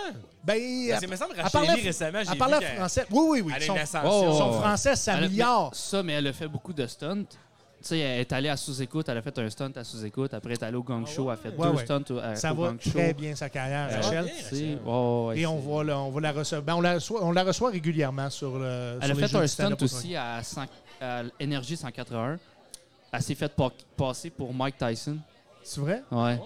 Ben, Parce que, elle- me semble, elle Rachel parlait Ellie, fr- récemment, j'ai Elle parlait vu qu'elle- français. Oui, oui, oui. Elle a Son, une Oh, ascension. son ouais. français Elle a- s'améliore. mais- Ça, mais elle a fait beaucoup de stunts. Tu sais, elle est allée à sous-écoute, elle a fait un stunt à sous-écoute, après elle est allée au gang show, elle a fait Ah Ouais, deux ouais. stunts au, à- Ça au va gang show. très bien sa carrière, va oh. Rachel. Ah, bien. Tu sais, ouais, ouais, Et on c'est- va, la- on va la recevoir. Ben, on, la reçoit, on la reçoit régulièrement sur le. Elle sur a les fait jeux un du stunt stand-up au aussi à, 100 à Energy 181. Elle s'est faite pa- passer pour Mike Tyson. Québec. C'est vrai? Ouais. Ouais.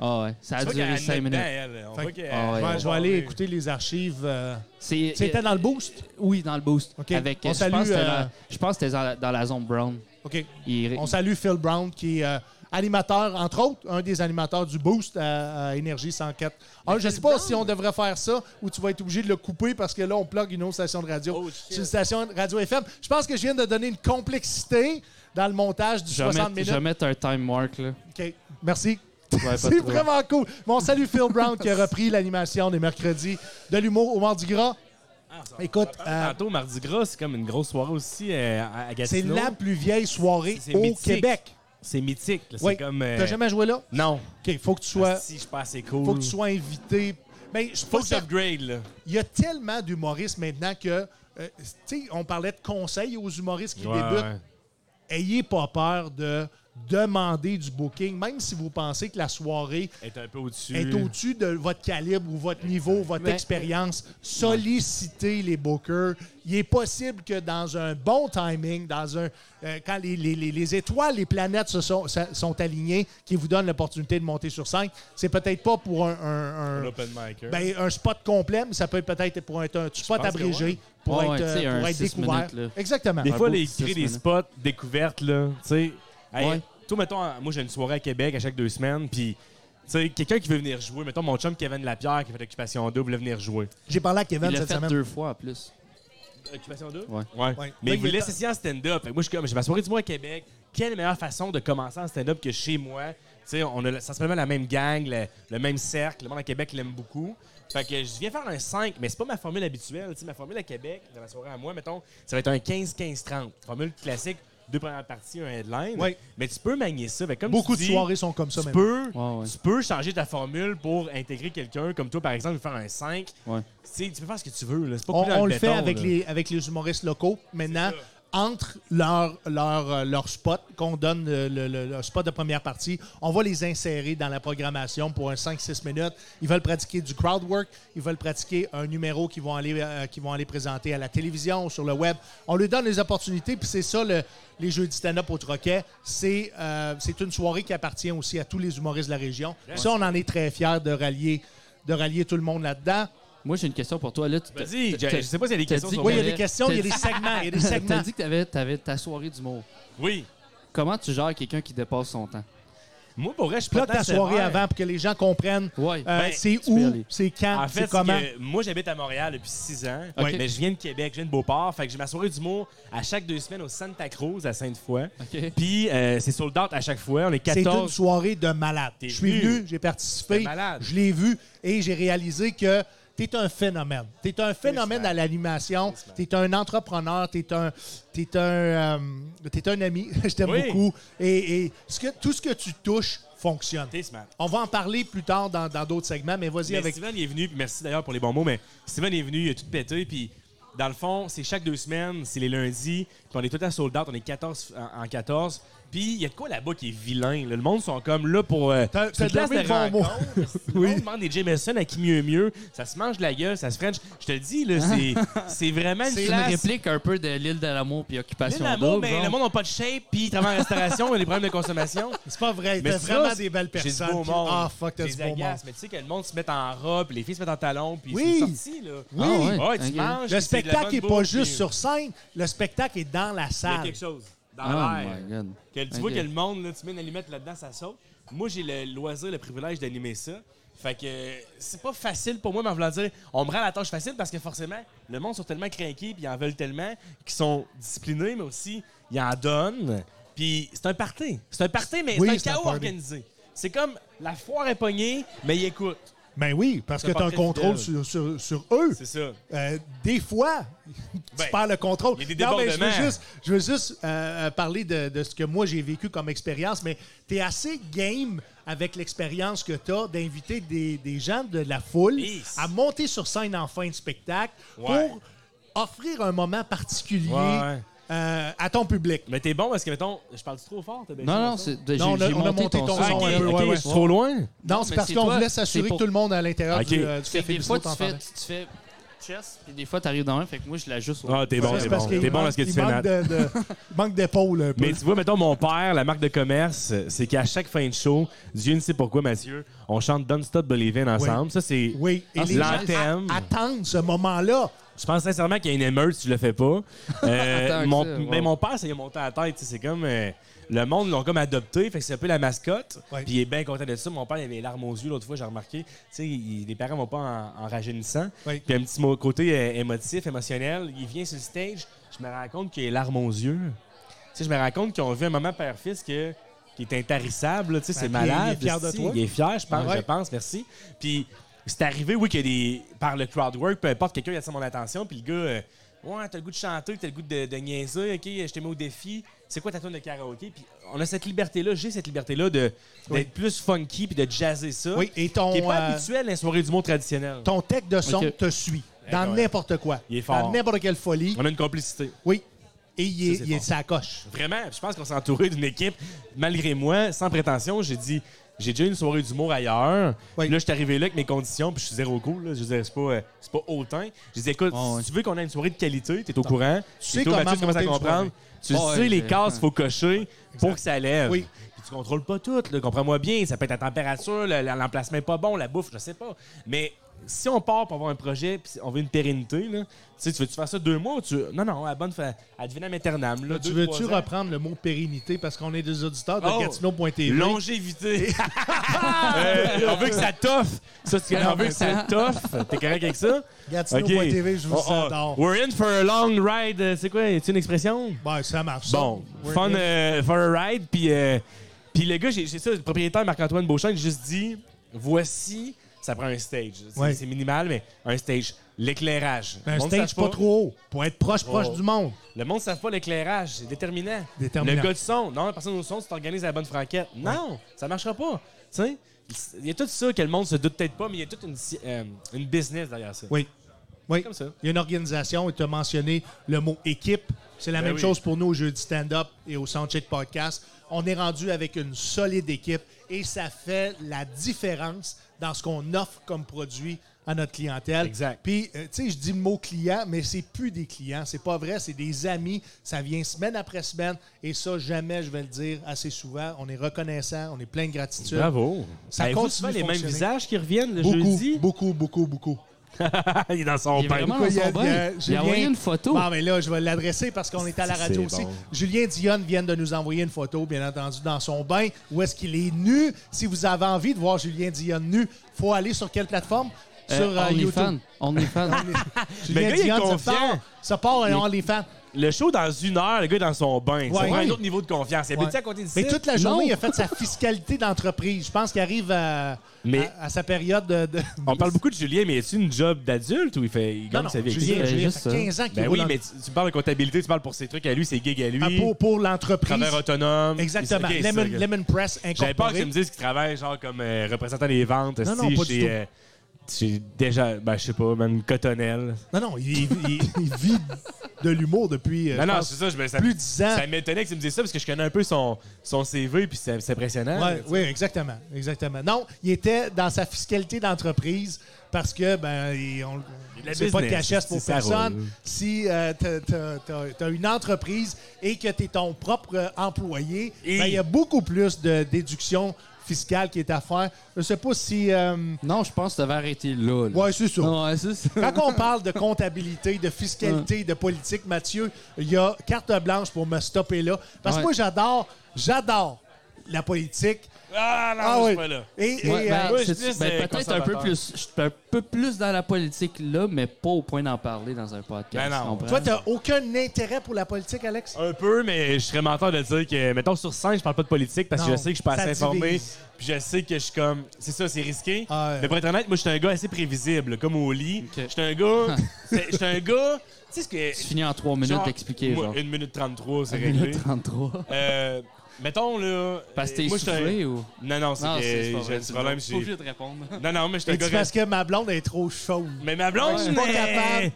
Ah ouais. Ça a Tu vois duré qu'elle 5 met dedans, minutes. elle. On Fait voit que- qu'elle- Ah ouais. euh, Ouais, elle Ben, je vais va aller parler. écouter les archives. euh, C'est- C'était dans le boost? Oui, dans le boost. OK. Avec, On je, salue, pense que c'était euh, dans- je pense que c'était dans, la- dans la zone brown. OK. Il- On salue Phil Brown, qui est euh, animateur, entre autres, un des animateurs du Boost à, à Énergie 104. Alors, je ne sais pas si on devrait faire ça ou tu vas être obligé de le couper parce que là, on plug une autre station de radio. Oh, shit. C'est une station de radio FM. Je pense que je viens de donner une complexité dans le montage du je, vais 60 mettre, minutes. je vais mettre un time mark. Là. OK. Merci. pas C'est trop. vraiment cool. Bon, salut Phil Brown qui a repris l'animation des mercredis de l'humour au Mardi Gras. Écoute, euh, Ah, Tantôt, Mardi Gras, c'est comme une grosse soirée aussi euh, à à c'est Gatineau. la plus vieille soirée C'est au mythique. Québec. C'est mythique. là. C'est Oui. comme. euh, T'as jamais joué là? Non. Ah, OK, faut que tu sois... Si je passe, c'est cool. faut que tu sois invité. Mais je Faut que pense que- j'upgrade, là. il y a tellement d'humoristes maintenant que, euh, tu sais, on parlait de conseils aux humoristes qui débutent. Ayez pas peur de demander du booking, même si vous pensez que la soirée Être un peu au-dessus. est au-dessus de votre calibre ou votre niveau, votre Mais- expérience. Sollicitez les bookers. Il est possible que dans un bon timing, dans un euh, quand les, les- les- les étoiles, les planètes se sont, se- sont alignées, qui vous donnent l'opportunité de monter sur 5, c'est peut-être pas pour un- un- un- Un open micer. ben, un spot complet, mais ça peut être peut-être pour être un spot pense que abrégé, ouais. pour Ouais, être, ouais, euh, tu sais, un pour être six découvert. minutes, là. Exactement. Des Un fois, beau les petit créer des semaines. spots découvertes, là, tu sais. Hey, Ouais. Toi, mettons, euh, moi, j'ai une soirée à Québec à chaque deux semaines, puis, tu sais, quelqu'un qui veut venir jouer, mettons, mon chum Kevin Lapierre, qui fait l'Occupation 2, voulait venir jouer. J'ai parlé à Kevin Il l'a cette fait semaine. deux fois en plus. Euh, Occupation 2? Ouais. Ouais. Ouais. Mais Là, il il est voulait temps. s'essayer en stand-up. Fait que Moi, je suis comme, j'ai ma soirée du mois à Québec. Quelle meilleure façon de commencer en stand-up que chez moi? Tu sais, on a sensiblement la même gang, le, le même cercle. Le monde à Québec l'aime beaucoup. Fait que je viens faire un 5, mais c'est pas ma formule habituelle. Tu sais, ma formule à Québec, dans ma soirée à moi, mettons, ça va être un 15-15-30. Formule classique, deux premières parties, un headline. Ouais. Mais tu peux manier ça. Fait que comme Beaucoup tu de dis, soirées sont comme ça tu maintenant. peux, Ouais, ouais. tu peux changer ta formule pour intégrer quelqu'un comme toi, par exemple, faire un 5. Ouais. Tu sais, tu peux faire ce que tu veux. là. C'est pas On, coulé dans on le fait béton, avec là. les, avec les humoristes locaux maintenant. Entre leur, leur, euh, leur spot, qu'on donne euh, le, le- le spot de première partie, on va les insérer dans la programmation pour un 5-6 minutes. Ils veulent pratiquer du crowd work, ils veulent pratiquer un numéro qu'ils vont, aller, euh, qu'ils vont aller présenter à la télévision ou sur le web. On leur donne les opportunités, puis c'est ça le, les jeux du stand-up au Troquet. C'est euh, c'est une soirée qui appartient aussi à tous les humoristes de la région. Ça, on en est très fiers de rallier, de rallier tout le monde là-dedans. Moi, j'ai une question pour toi. Là, tu t'as- Vas-y, je, t'as- je sais pas s'il y a des t'as questions dit- sur Oui, il y a Mais- des questions, il y a des segments. Il y a des segments. T'as dit que t'avais, t'avais ta soirée d'humour. Oui. Comment tu gères quelqu'un qui dépasse son temps? Moi, pour vrai, je suis pas Plot ta tant soirée sévère. avant pour que les gens comprennent Ouais. euh, Ben, c'est tu peux où, aller. c'est quand, En fait, c'est c'est comment. que moi, j'habite à Montréal depuis 6 ans, Ok. mais je viens de Québec, je viens de Beauport. Fait que j'ai ma soirée d'humour à chaque deux semaines au Santa Cruz à Sainte-Foy. OK. Puis euh, c'est sold out à chaque fois. On est C'est une 14. soirée de malade. Je T'es suis venu. venu, j'ai participé, T'es malade. je l'ai vu et j'ai réalisé que t'es un phénomène. T'es un phénomène Félicitations. à l'animation, t'es un entrepreneur, t'es un, t'es un, euh, t'es un ami, je t'aime Oui. beaucoup. Et, et ce que, tout ce que tu touches fonctionne. T'es smart. On va en parler plus tard dans dans d'autres segments, mais vas-y Mais avec Steven il est venu, puis merci d'ailleurs pour les bons mots, mais Steven est venu, il a tout pété, puis dans le fond, c'est chaque deux semaines, c'est les lundis, puis on est tout à sold out, on est 14 en, en 14, Puis il y a de quoi là-bas qui est vilain. là. Le monde sont comme là pour. euh, T'as- c'est une t'as place nommé le de bon mot. rencontre. Le monde demande des Jameson à qui mieux mieux. Ça se mange la gueule, ça se French. Je te le dis, là, c'est, c'est vraiment une C'est une place. réplique un peu de l'île de l'amour puis Là, occupation l'amour, double. mais hein. genre. le monde n'a pas de shape, puis ils travaillent en restauration, ils ont des problèmes de consommation. C'est pas vrai. Mais T'as ça, vraiment c'est- des belles J'ai personnes. du beau qui- monde. Ah, fuck, t'as Des du beau monde. agaces, Mais tu sais que le monde se met en robe, puis les filles se mettent en talons, puis Oui. c'est sorti, là. Oui. Ah ouais. Ouais, tu Ok. manges. Le puis c'est de la spectacle bonne est pas bouffe, juste puis- sur scène. Le spectacle est dans la Il y a salle. quelque chose dans Oh l'air. my god. Que tu vois Ok. que le monde, là, tu mets une allumette là-dedans, ça saute. Moi, j'ai le loisir, le privilège d'animer ça. Fait que euh, c'est pas facile pour moi, mais en voulant dire, on me rend la tâche facile parce que forcément, le monde sont tellement craqués, puis ils en veulent tellement, qu'ils sont disciplinés, mais aussi, ils en donnent. Puis c'est un party. C'est un party, mais Oui, c'est c'est un un chaos party. organisé. C'est comme la foire est pognée, mais ils écoutent. Ben oui, parce Ça que t'as un porte contrôle fidèle. sur, sur, sur eux. C'est ça. Euh, des fois, Ben, tu perds le contrôle. il y a des non, mais je veux débordements. juste, je veux juste euh, euh, parler de, de ce que moi j'ai vécu comme expérience, mais tu es assez game avec l'expérience que tu as d'inviter des, des gens de la foule Yes. à monter sur scène en fin de spectacle Ouais. pour offrir un moment particulier Ouais, ouais. euh, à ton public. Mais t'es bon parce que, mettons, je parle trop fort, t'as bien Non, joué non, dans ça? c'est, j'ai, Non, on a- j'ai on a monté ton Ah, son ok, un peu, ok, ouais, ouais. je suis trop loin. Non, Non, c'est mais parce c'est qu'on toi, voulait c'est s'assurer pour- que tout le monde à l'intérieur Ok. du, euh, du C'est que café des bistrot fois, tu fais, t'entendait. tu, tu fais chess, puis des fois, t'arrives dans un, fait que moi, je l'ajuste. au- Ah, t'es bon, C'est t'es parce bon. qu'il T'es bon manque- à ce que tu il fais, manque Matt. de- de- Manque d'épaule un peu. Mais tu vois, mettons, mon père, la marque de commerce, euh, c'est qu'à chaque fin de show, Dieu ne sait pourquoi, Mathieu, on chante Don't Stop Believin' ensemble. Ça, Ah, c'est Oui, et les gens l'anthème. a- attendent ce moment-là. Je pense sincèrement qu'il y a une émeute si tu le fais pas. Euh, Tant que mon, ça, wow. Mais mon père, ça lui a monté à la tête. tu sais, C'est comme. euh, le monde l'ont comme adopté, fait que c'est un peu la mascotte. Ouais. Puis il est bien content de ça. Mon père, il avait les larmes aux yeux l'autre fois, j'ai remarqué. Tu sais, il- les parents vont pas en, en rajeunissant. Ouais. Puis un petit mot côté euh, émotif, émotionnel. Il vient sur le stage, je me rends compte qu'il a les larmes aux yeux. Tu sais, je me rends compte qu'ils ont vu un moment père-fils que, qui est intarissable. là, Tu sais, c'est puis Ben, il est malade. fier de si, toi. Il est fier, je pense, Ouais. je pense, merci. Puis c'est arrivé, oui, que des par le crowd work, peu importe, quelqu'un il attire mon attention, puis le gars, euh, ouais, t'as le goût de chanter, t'as le goût de, de niaiser, ok, je te mets au défi. C'est quoi ta tune de karaoké? Puis on a cette liberté-là, j'ai cette liberté-là de d'être Oui. plus funky puis de jazzer ça. Oui, et ton, Qui est pas euh, habituel à la soirée du monde traditionnelle. ton tech de son Ok. te suit dans Incroyable. n'importe quoi. Il est fort. Dans n'importe quelle folie. On a une complicité. Oui. Et il est, Ça, c'est il est fort. sa coche. Vraiment, je pense qu'on s'est entouré d'une équipe. Malgré moi, sans prétention, j'ai dit j'ai déjà eu une soirée d'humour ailleurs. Oui. Puis Là, je suis arrivé là avec mes conditions, puis je suis zéro cool. là. Je disais, c'est pas, euh, c'est pas hautain. Je disais, écoute, Ah ouais. si tu veux qu'on ait une soirée de qualité, t'es au courant. Tu sais comment Mathieu, tu commences à monter une comprendre. Tu Ah ouais, sais les j'ai- cases qu'il faut cocher pour que ça lève. Oui. Puis tu contrôles pas tout, là, comprends-moi bien. Ça peut être la température, le- le- l'emplacement est pas bon, la bouffe, je sais pas. Mais si on part pour avoir un projet, puis on veut une pérennité, là, tu sais, tu veux-tu faire ça deux mois ou tu. Non, non, à la bonne fin, à devinam aeternam. Là, Tu deux, veux-tu trois ans. reprendre le mot pérennité parce qu'on est des auditeurs de Oh! Gatineau.tv? Longévité. Euh, on veut que ça toffe. Ça, c'est- on veut que ça toffe. T'es correct avec ça? Gatineau.tv, je vous Oh, oh, adore. We're in for a long ride. Euh, C'est quoi? C'est une expression? Ben, ça marche. ça. Bon, We're fun in. euh, for a ride. Puis, euh, puis le gars, j'ai j'ai ça, le propriétaire Marc-Antoine Beauchamp, il a juste dit voici, ça prend un stage. C'est Ouais. c'est minimal, mais un stage. L'éclairage. Ben, Le un monde stage sache pas trop haut pour être proche, proche Oh. du monde. le monde ne savent pas l'éclairage, c'est déterminant. Déterminant. Le gars du son, non, la personne au son, tu t'organises à la bonne franquette. Non, ça marchera pas. Tu sais, il y a tout ça que le monde se doute peut-être pas, mais il y a toute une, si- euh, une business derrière ça. Oui. Oui. Comme ça. Il y a une organisation, et tu as mentionné le mot équipe. C'est la Ben même oui. chose pour nous au jeu du stand-up et au Soundcheck Podcast. On est rendu avec une solide équipe et ça fait la différence dans ce qu'on offre comme produit à notre clientèle. Exact. Puis, euh, tu sais, je dis le mot client, mais c'est plus des clients. C'est pas vrai, c'est des amis. Ça vient semaine après semaine et ça, jamais, je vais le dire assez souvent. On est reconnaissant, on est plein de gratitude. Bravo. Ça Avez-vous continue souvent de les mêmes fonctionner. visages qui reviennent le Beaucoup, jeudi. beaucoup, beaucoup, beaucoup. il est dans son Il est bain. vraiment Pourquoi dans il y a- son il y a- bain. Il Julien- a envoyé une photo. Bon, mais là, je vais l'adresser parce qu'on est à la radio C'est aussi. bon. Julien Dionne vient de nous envoyer une photo, bien entendu, dans son bain. Où est-ce qu'il est nu? Si vous avez envie de voir Julien Dionne nu, faut aller sur quelle plateforme? Euh, sur euh, YouTube. OnlyFans. Ben, OnlyFans. Julien Le gars, il est Dionne, ça confiant. part, ça part à OnlyFans. Le show dans une heure, le gars est dans son bain. Ça Ouais. prend un autre niveau de confiance. Il Ouais. habite à côté d'ici. Mais toute la journée, Non. il a fait sa fiscalité d'entreprise. Je pense qu'il arrive à, Mais- à, à sa période de... de- On parle beaucoup de Julien, mais est-ce une job d'adulte ou il fait il Non, gagne non, sa vie? avec ça? Julien, ça, Julien, juste ça ça. fait 15 ans qu'il Ben roule oui, en- mais tu, tu parles de comptabilité, tu parles pour ses trucs à lui, ses gigs à lui. Ah, pour, pour l'entreprise. Travailleur autonome. Exactement. Ok, c'est Lemon, ça, ok. Lemon Press J'avais peur que tu incorporé. me dises qu'il travaille genre comme euh, représentant des ventes. Non, si, non, pas chez, du tout. euh, chez déjà, ben, je sais pas, man, Cotonnelle. Non, non, il, il- il vit de l'humour depuis euh, Non, je non, pense, c'est ça, je me, ça, plus de 10 ans. ça m'étonnait que tu me dises ça parce que je connais un peu son, son CV puis c'est c'est impressionnant. Ouais, oui, exactement, exactement. Non, il était dans sa fiscalité d'entreprise parce que ben il- on, de la c'est pas de business, cachesse pour c'est ça, personne. roule. Si euh, t'as- t'as- t'as t'as une entreprise et que t'es ton propre euh, employé, Et- ben, il y a beaucoup plus de déduction fiscale qui est à faire. Je sais pas si euh, Non, je pense que ça va arrêter là. là. ouais, c'est ça. Ouais, c'est ça. Quand on parle de comptabilité, de fiscalité, de politique, Mathieu, il y a carte blanche pour me stopper là. Parce que Ouais. moi, j'adore, j'adore la politique. Ah, non, Ah je suis oui. pas là. Et, et, Ouais, ben, euh, moi, je c'est- suis plus, ben, euh, peut-être un peu conservateur. plus. Je suis un peu plus dans la politique là, mais pas au point d'en parler dans un podcast. Ben non. tu comprends? toi, t'as aucun intérêt pour la politique, Alex? Un peu, mais je serais menteur de dire que, mettons, sur scène, je parle pas de politique parce que Non, je sais que je suis pas ça assez informé. divise. Puis je sais que je suis comme. C'est ça, c'est risqué. Ah ouais. Mais pour être honnête, moi, je suis un gars assez prévisible, comme au lit. Ok. Je suis un gars. c'est- Je suis un gars. Tu sais ce que. Tu finis en 3 minutes genre, d'expliquer, moi, genre. Une minute 33, c'est réglé. minute 33. Euh, mettons, là. euh, Parce que t'es moi, je suis un- soufflé ou. Non, non, c'est Non, que c'est pas j'ai vrai, un c'est problème. pas- j'ai- Pas obligé de répondre. Non, non, mais je suis un C'est gars. parce que ma blonde est trop chaude. Mais ma blonde, je suis pas elle-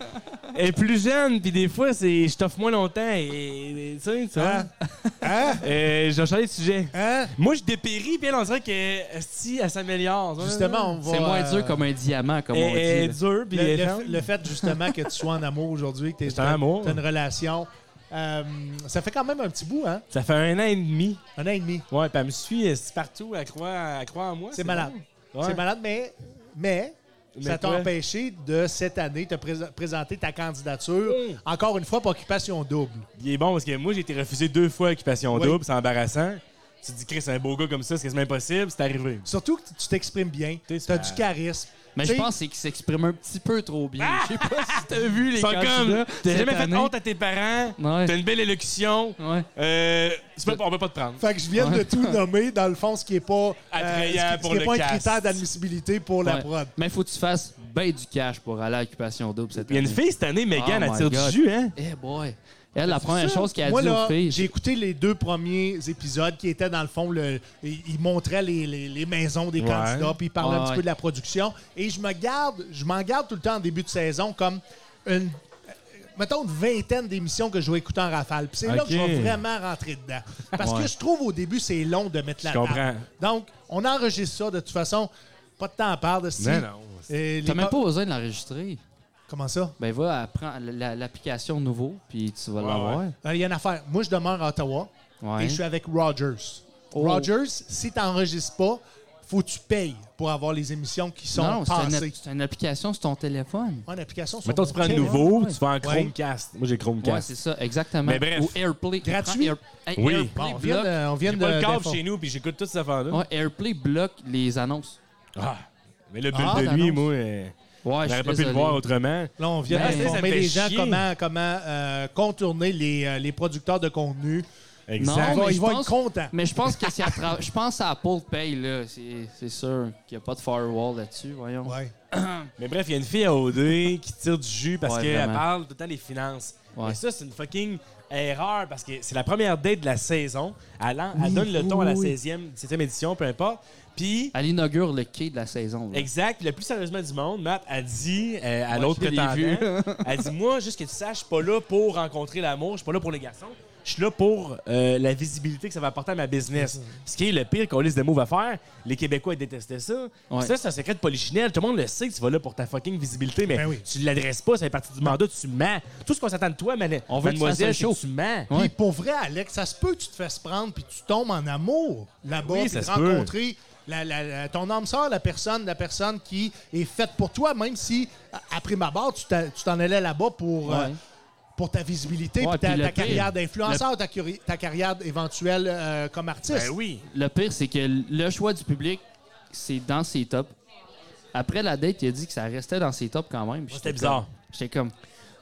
Elle est plus jeune, puis des fois, c'est je t'offre moins longtemps. Et, et- tu sais, tu vois. Hein? Euh, je vais changer de sujet. Hein? Moi, je dépéris, puis elle, on dirait que si elle s'améliore. Justement, on va... C'est moins euh, dur comme un diamant, comme Elle on dit. elle est là. dure, puis Le, elle est le- ferme. le fait, justement, que tu sois en amour aujourd'hui, que tu J'étais en amour. une relation, euh, ça fait quand même un petit bout, hein? Ça fait un an et demi. Un an et demi. Ouais, puis elle me suit elle se partout, elle croit, elle croit en moi. C'est malade. bon. Ouais. C'est malade, mais, mais, Mais ça t'a quoi? empêché de, cette année, te prés- présenter ta candidature, Mm. encore une fois, pour occupation double. Il est bon parce que moi, j'ai été refusé deux fois à Occupation Oui. Double, c'est embarrassant. Tu te dis, Chris, un beau gars comme ça, c'est quasiment impossible, c'est arrivé. Surtout que tu t'exprimes bien, tu T'es as smart. du charisme. Mais Tu je sais, pense que c'est qu'il s'exprime un petit peu trop bien. Ah! Je sais pas si t'as vu les Ils sont comme, candidats. t'as cette jamais fait année. honte à tes parents, Ouais. t'as une belle élocution, Ouais. euh, c'est pas- on peut pas te prendre. Fait que je viens de tout nommer, dans le fond, ce qui n'est pas, euh, Attrayant ce qui- ce qui pour est le pas un cast. critère d'admissibilité pour la Ouais. prod. Mais faut que tu fasses ben du cash pour aller à Occupation Double cette Il y année. a une fille cette année, Megan, Oh elle my tire God. du jus, hein? Eh boy. Elle, la première Ça, chose qu'elle a moi, dit là, aux filles. J'ai écouté les deux premiers épisodes qui étaient, dans le fond, le, ils ils montraient les, les- les maisons des Ouais. candidats, puis ils parlaient un Ouais. petit peu de la production. Et je me garde, je m'en garde tout le temps en début de saison comme une. euh, Mettons une vingtaine d'émissions que je vais écouter en rafale. Puis c'est là Ok. que je vais vraiment rentrer dedans. Parce Ouais. que je trouve au début, c'est long de mettre Je la comprends. table. Donc, on enregistre ça de toute façon. Pas de temps à perdre. Si, Mais non. euh, les T'as même co- pas besoin de l'enregistrer. Comment ça? Ben va, prends la- l'application nouveau, puis tu vas Ouais, l'avoir. ouais. Euh, Il y a une affaire. Moi, je demeure à Ottawa. Ouais. Et je suis avec Rogers. Oh. Rogers, si tu n'enregistres pas, faut que tu payes pour avoir les émissions qui sont Non, c'est une, passées. app- c'est une application sur ton téléphone. En application sur Mettons, mon tu prends le téléphone. nouveau, ouais. tu vas en Ouais. Chromecast. Moi, j'ai Ouais, Chromecast. c'est ça, exactement. Mais bref. Ou Airplay. Gratuit? Ah, euh, Prends Air- hey, Oui. Bon, Airplay on vient bloque. de, on vient J'ai pas de- le câble d'info. chez nous, puis j'écoute toutes ces affaires-là. Ouais, Airplay bloque les annonces. Ah, mais le bulle Ah, de t'annonces. nuit, moi, euh, Ouais, je j'aurais suis pas pu le désolé. voir autrement. Là, on vient Ben, ça d'informer me fait les gens chier. comment, comment euh, contourner les, euh, les producteurs de contenu. Exact. Ils Non, vont- Ah, mais ils je vont pense- être contents. Mais je pense que c'est à tra- je pense à Apple Pay là, c'est c'est sûr qu'il n'y a pas de firewall là-dessus, voyons. Ouais. Mais bref, il y a une fille à OD qui tire du jus parce Ouais, qu'elle vraiment. parle tout le temps des finances. Ouais. Mais ça, c'est une fucking erreur parce que c'est la première date de la saison. Elle, en- elle Oui, donne le ton à la oui, oui. 16e, 17e édition, peu importe. Puis, Elle inaugure le quai de la saison. là. exact, le plus sérieusement du monde, Matt a dit euh, à l'autre je l'ai prétendant, vu. elle dit, moi, juste que tu saches, je suis pas là pour rencontrer l'amour, je suis pas là pour les garçons. Je suis là pour euh, la visibilité que ça va apporter à ma business. Mm-hmm. Ce qui est le pire qu'on liste de moves à faire. Les Québécois ils détestaient ça. Ouais. Ça, c'est un secret de polichinelle. Tout le monde le sait que tu vas là pour ta fucking visibilité, mais Ben oui. tu l'adresses pas, ça fait partie du mandat, tu mens. Tout ce qu'on s'attend de toi, man- On veut que tu mademoiselle, fasses un show. c'est que tu mens. Ouais. Puis pour vrai, Alex, ça se peut que tu te fasses prendre puis tu tombes en amour là-bas Oui, puis ça de se peut. rencontrer la- la- la- ton âme sœur, la personne, la personne qui est faite pour toi, même si à- après ma barre, tu t'a- tu t'en allais là-bas pour, euh, Ouais. pour ta visibilité, Ouais, puis ta, puis le ta pire. carrière d'influenceur, ta, curi- ta carrière éventuelle euh, comme artiste. Ben oui. Le pire c'est que le choix du public c'est dans ses tops. Après la date, il a dit que ça restait dans ses tops quand même. puis C'était j'étais bizarre. comme- J'étais comme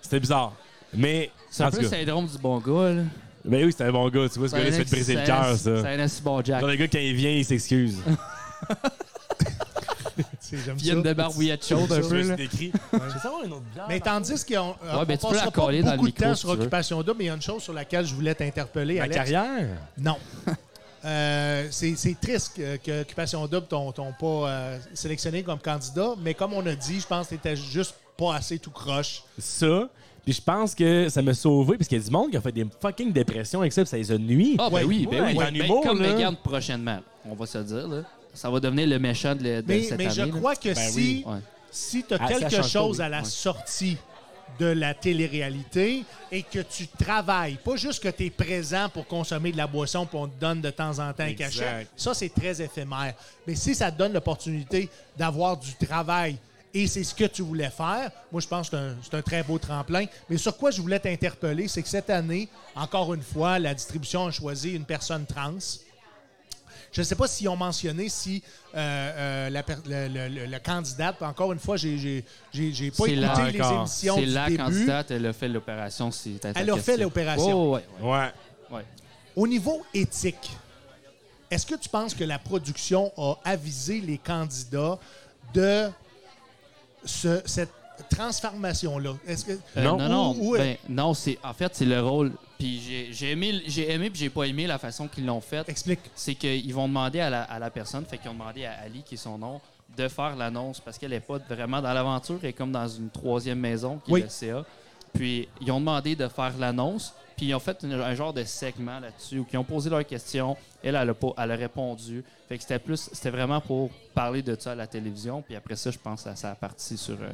C'était bizarre. Mais. c'est un en peu tout le cas. syndrome du bon gars là. Ben oui, c'était un bon gars. Tu vois, ce gars-là, il se fait un- briser le c'est un- cœur, ça. C'est un assis bon Jack. Genre, le gars, quand il vient, il s'excuse. C'est- j'aime Il y a une ça. débarbouillette chaude un Je me peu suis là. décrit. Je vais savoir une autre bière. Mais tandis qu'on euh, Ouais, on ben, tu peux passera pas la coller dans le beaucoup de micro, temps si sur tu veux. Occupation Double, mais il y a une chose sur laquelle je voulais t'interpeller, Ma Alex. carrière. Non. Euh, c'est c'est triste que, que Occupation Double t'ont t'ont pas euh, sélectionné comme candidat, mais comme on a dit, je pense que tu juste pas assez tout croche. Ça. Puis je pense que ça m'a sauvé, parce qu'il y a du monde qui a fait des fucking dépressions avec ça, puis ça les a nuit. Ah, ben Ouais. oui, ben Ouais, oui. en Ben, humour, comme là. Megan prochainement, on va se le dire, là. Ça va devenir le méchant de, la- de Mais, cette mais année. je là. crois que Ben si, oui. Ouais. si tu as Ah, ça quelque change pas, chose oui. à la Ouais. sortie de la télé-réalité et que tu travailles, pas juste que tu es présent pour consommer de la boisson puis on te donne de temps en temps un Exact. cachet, ça c'est très éphémère. Mais si ça te donne l'opportunité d'avoir du travail et c'est ce que tu voulais faire, moi je pense que c'est un- c'est un, très beau tremplin. Mais sur quoi je voulais t'interpeller, c'est que cette année, encore une fois, la distribution a choisi une personne trans. Je ne sais pas s'ils ont mentionné si euh, euh, la per- le, le- le- le candidate, encore une fois, j'ai- j'ai j'ai- j'ai pas C'est écouté la- les encore. émissions C'est du la début. candidate, elle a fait l'opération. si t'as ta Elle a question. fait l'opération. Oh, ouais, ouais, Ouais. ouais. Au niveau éthique, est-ce que tu penses que la production a avisé les candidats de ce- cette transformation-là? Est-ce que... Euh, Non. non, non, Ou- ou- ben, non, c'est en fait c'est le rôle. Puis j'ai j'ai aimé, le- j'ai aimé, puis j'ai pas aimé la façon qu'ils l'ont faite. Explique. C'est qu'ils vont demander à la, à la personne, fait qu'ils ont demandé à Ali, qui est son nom, de faire l'annonce parce qu'elle est pas vraiment dans l'aventure, elle est comme dans une troisième maison qui Oui. est le CA. Puis ils ont demandé de faire l'annonce, puis ils ont fait une- un genre de segment là-dessus où ils ont posé leurs questions. Elle, elle a, pas- elle a répondu. Fait que c'était plus, c'était vraiment pour parler de ça à la télévision. Puis après ça, je pense que ça a parti sur, euh,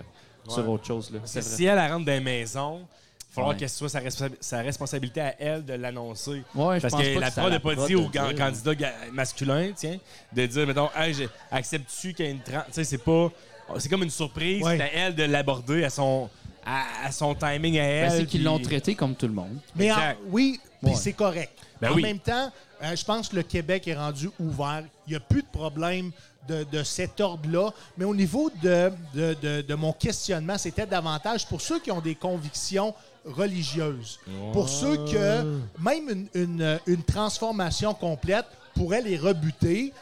sur autre chose. là. C'est Parce que vrai. si elle, elle rentre dans les maisons, il va falloir Ouais. que ce soit sa, responsa- sa responsabilité à elle de l'annoncer. Ouais, je Parce pense que pas la que ça prod la n'a pas prod dit de au ga- dire. candidat ga- masculin, tiens, de dire, mettons, hey, je- acceptes-tu qu'il y ait une trans. Tu sais, c'est pas. C'est comme une surprise. Ouais. C'est à elle de l'aborder à son, à, à son timing à elle. Ben, c'est qu'ils puis- l'ont traité comme tout le monde. Mais en- Exact. oui, puis Ouais. c'est correct. Ben en oui. même temps, euh, je pense que le Québec est rendu ouvert. Il n'y a plus de problème de, de cet ordre-là. Mais au niveau de, de- de- de mon questionnement, c'était davantage pour ceux qui ont des convictions religieuses. Pour ceux que même une, une- une transformation complète pourrait les rebuter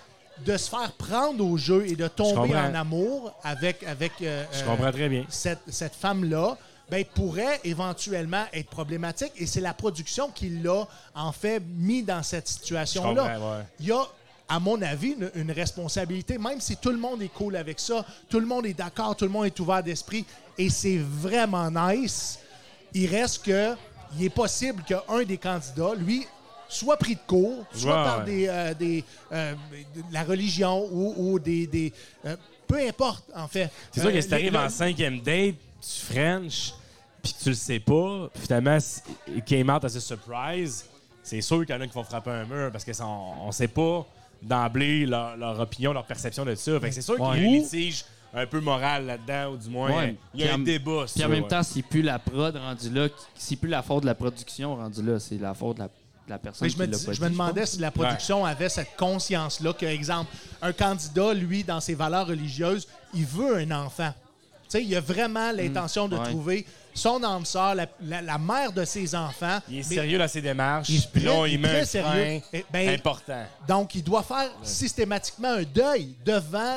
de se faire prendre au jeu et de tomber comprends. en amour avec, avec euh, Je euh, comprends très bien. cette, cette femme-là ben, pourrait éventuellement être problématique et c'est la production qui l'a en fait mis dans cette Je comprends, situation-là. ouais. Il y a, à mon avis, une, une responsabilité, même si tout le monde est cool avec ça, tout le monde est d'accord, tout le monde est ouvert d'esprit et c'est vraiment nice. Il reste que il est possible qu'un des candidats, lui, soit pris de court, soit Ouais, par ouais. des des, euh, des, euh, de la religion ou, ou des. des, euh, peu importe, en fait. C'est sûr Euh, que si t'arrives le- en cinquième date, tu French, puis tu le sais pas, puis finalement, c- il came out à ce surprise, c'est sûr qu'il y en a qui vont frapper un mur parce que ça, on, on sait pas d'emblée leur, leur opinion, leur perception de ça. Fait que c'est sûr qu'il y a un Ouais. litige un peu moral là-dedans, ou du moins, Ouais. il y a Puis un en- débat. euh, si Puis en tu veux, même ouais. temps, c'est plus la prod rendu là, c'est plus la faute de la production rendu là, c'est la faute de la, de la personne Mais je, me, qui l'a dis- pas je me dit, demandais pense. si la production avait cette conscience-là que, exemple, un candidat, lui, dans ses valeurs religieuses, il veut un enfant. Tu sais, il a Mm. vraiment l'intention de ouais. trouver son âme sœur, la, la- la mère de ses enfants. Il est Mais- sérieux dans ses démarches, Il est puis là, on très- y met très un frein sérieux. Eh ben, important. Donc, il doit faire systématiquement un deuil devant,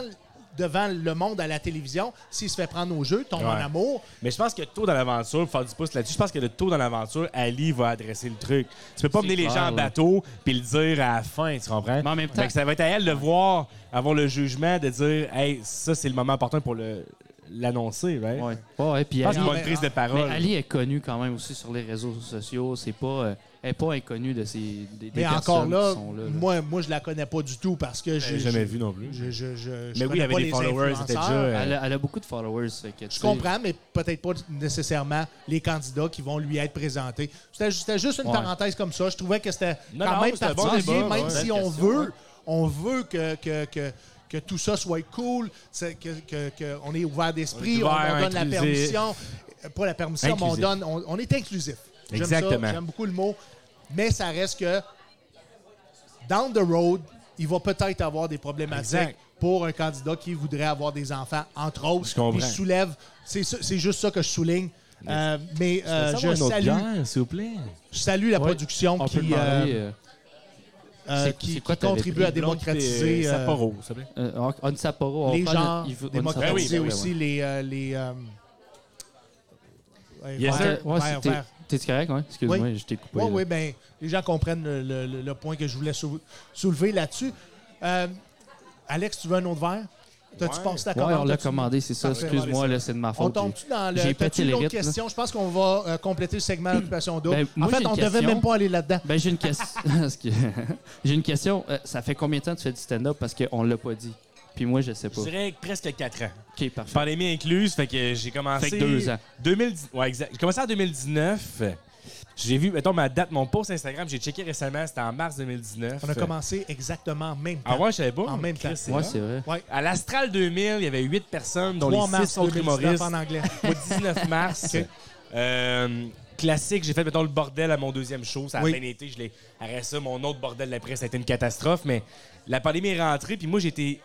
devant le monde à la télévision. S'il se fait prendre au jeu, tombe en Ouais. amour. Mais je pense que tôt dans l'aventure, pour faire du pouce là-dessus, je pense que de tôt dans l'aventure, Ali va adresser le truc. Tu peux pas C'est mener les clair, gens en là. bateau puis le dire à la fin, tu comprends? Mais en même temps- Fait que ça va être à elle de voir, avoir le jugement, de dire, hey, ça, c'est le moment important pour le- l'annoncer, right? Ouais. Ouais, ouais, puis Je pense Ali, qu'il va mais- une prise de mais parole. Ali est connue quand même aussi sur les réseaux sociaux, c'est pas, euh, elle est pas inconnue de ces des, des Mais personnes encore là, qui sont là. là. moi, moi, je la connais pas du tout parce que Je j'ai l'ai jamais vu non plus. Je, je, je, je Mais oui, il y connais avait pas des les followers, c'était déjà. influenceurs. euh, elle, a, elle a beaucoup de followers, fait que, tu Je sais, comprends, mais peut-être pas nécessairement les candidats qui vont lui être présentés. C'était ju- c'était juste une Ouais. parenthèse comme ça. Je trouvais que c'était Non, quand non, même c'était un bon particulier, débat, même ouais. si Belle on question, veut, ouais. on veut que, que, que, que tout ça soit cool, c'est que, que, que on est ouvert d'esprit, On on, on est donne ouvert, la inclusif. permission. Euh, Pas la permission, mais on, Inclusif. donne, on, on est inclusif. J'aime ça, Exactement. J'aime beaucoup le mot, mais ça reste que down the road, il va peut-être avoir des problématiques Exact. pour un candidat qui voudrait avoir des enfants, entre autres. Je comprends. Puis je soulève, c'est ça- c'est juste ça que je souligne. Euh, mais euh, Ça va, je, une autre salue, bière, s'il vous plaît. je salue la production on peut qui, demander, euh, euh, euh, c'est- qui, c'est quoi qui t'avais contribue pris? à démocratiser euh, Sapporo, s'il te plaît. euh, on Sapporo, on les parle de- genres, il veut- on démocratiser Sapporo, ouais, aussi ouais. les... euh, les euh, ouais, Yes, vers- Ouais, vers- c'était- vers- t'es correct, ouais? Excuse-moi, je t'ai coupé. Oui, là. oui, bien, les gens comprennent le, le- le- le point que je voulais sou- soulever là-dessus. Euh, Alex, tu veux un autre verre? T'as-tu Ouais. passé ta Ouais, commande? on l'a T'as-tu- commandé, c'est ça. Parfait. Excuse-moi, là, c'est de ma On faute. tombe-tu dans le... T'as-tu J'ai pété les une autre rythmes, là. question? Je pense qu'on va euh, compléter le segment Occupation double. Ben, moi, en fait, j'ai on une devait question. même pas aller là-dedans. Ben, j'ai une question. Parce que- j'ai une question. Euh, ça fait combien de temps que tu fais du stand-up? Parce qu'on l'a pas dit. Puis moi, je sais pas. Je dirais presque 4 ans. OK, parfait. Pandémie incluse, fait que j'ai commencé. Fait que deux ans. 2010 ouais, exact. J'ai commencé en 2019. J'ai vu, mettons, ma date, mon post Instagram, j'ai checké récemment, c'était en mars 2019. On a commencé exactement en même temps. Ah ouais, je savais pas. En même Chris, temps. c'est Ouais, là. c'est vrai. Ouais. À l'Astral 2000, il y avait 8 personnes, dont 3 les 6 mars autres 2019 humoristes. en anglais. Au 19 mars. euh, classique, j'ai fait, mettons, le bordel à mon deuxième show. Ça a Oui. bien été. Je l'ai arrêté ça. Mon autre bordel d'après, ça a été une catastrophe. Mais la pandémie est rentrée. Puis moi, j'étais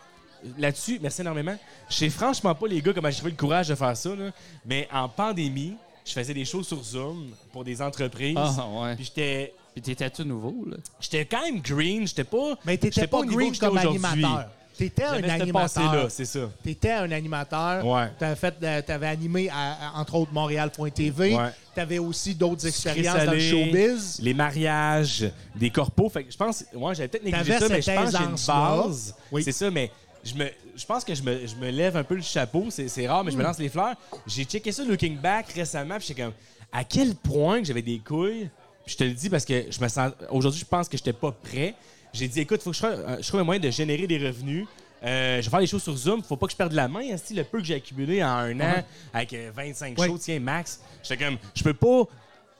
là-dessus. Merci énormément. Je sais franchement pas, les gars, comment j'ai trouvé le courage de faire ça. là. Mais en pandémie, je faisais des shows sur Zoom pour des entreprises. Ah, ouais. Puis j'étais. Puis t'étais-tu nouveau, là? J'étais quand même green, j'étais pas. Mais t'étais j'étais pas au niveau green que j'étais comme aujourd'hui. animateur. T'étais un J'avais ce passé-là, animateur. c'est ça. T'étais un animateur. Ouais. T'avais fait, euh, t'avais animé à- à- entre autres Montréal.tv. Ouais. T'avais aussi d'autres expériences Chris dans le Allais, showbiz. Les mariages, des corpos. Fait que je pense, moi, j'avais peut-être négligé T'avais ça, mais je cette pense que j'ai une aisance-là. base. Oui. C'est ça, mais je me, je pense que je me, je me lève un peu le chapeau. C'est c'est rare, Hmm. mais je me lance les fleurs. J'ai checké ça, Looking Back, récemment, puis j'étais comme, à quel point que j'avais des couilles. Puis je te le dis parce que je me sens. Aujourd'hui, je pense que j'étais pas prêt. J'ai dit, écoute, faut que je trouve, euh, je trouve un moyen de générer des revenus. Euh, je vais faire les choses sur Zoom. Faut pas que je perde la main. esti, le peu que j'ai accumulé en un Uh-huh. an avec euh, 25 Ouais. shows, tiens, max. J'étais comme, je peux pas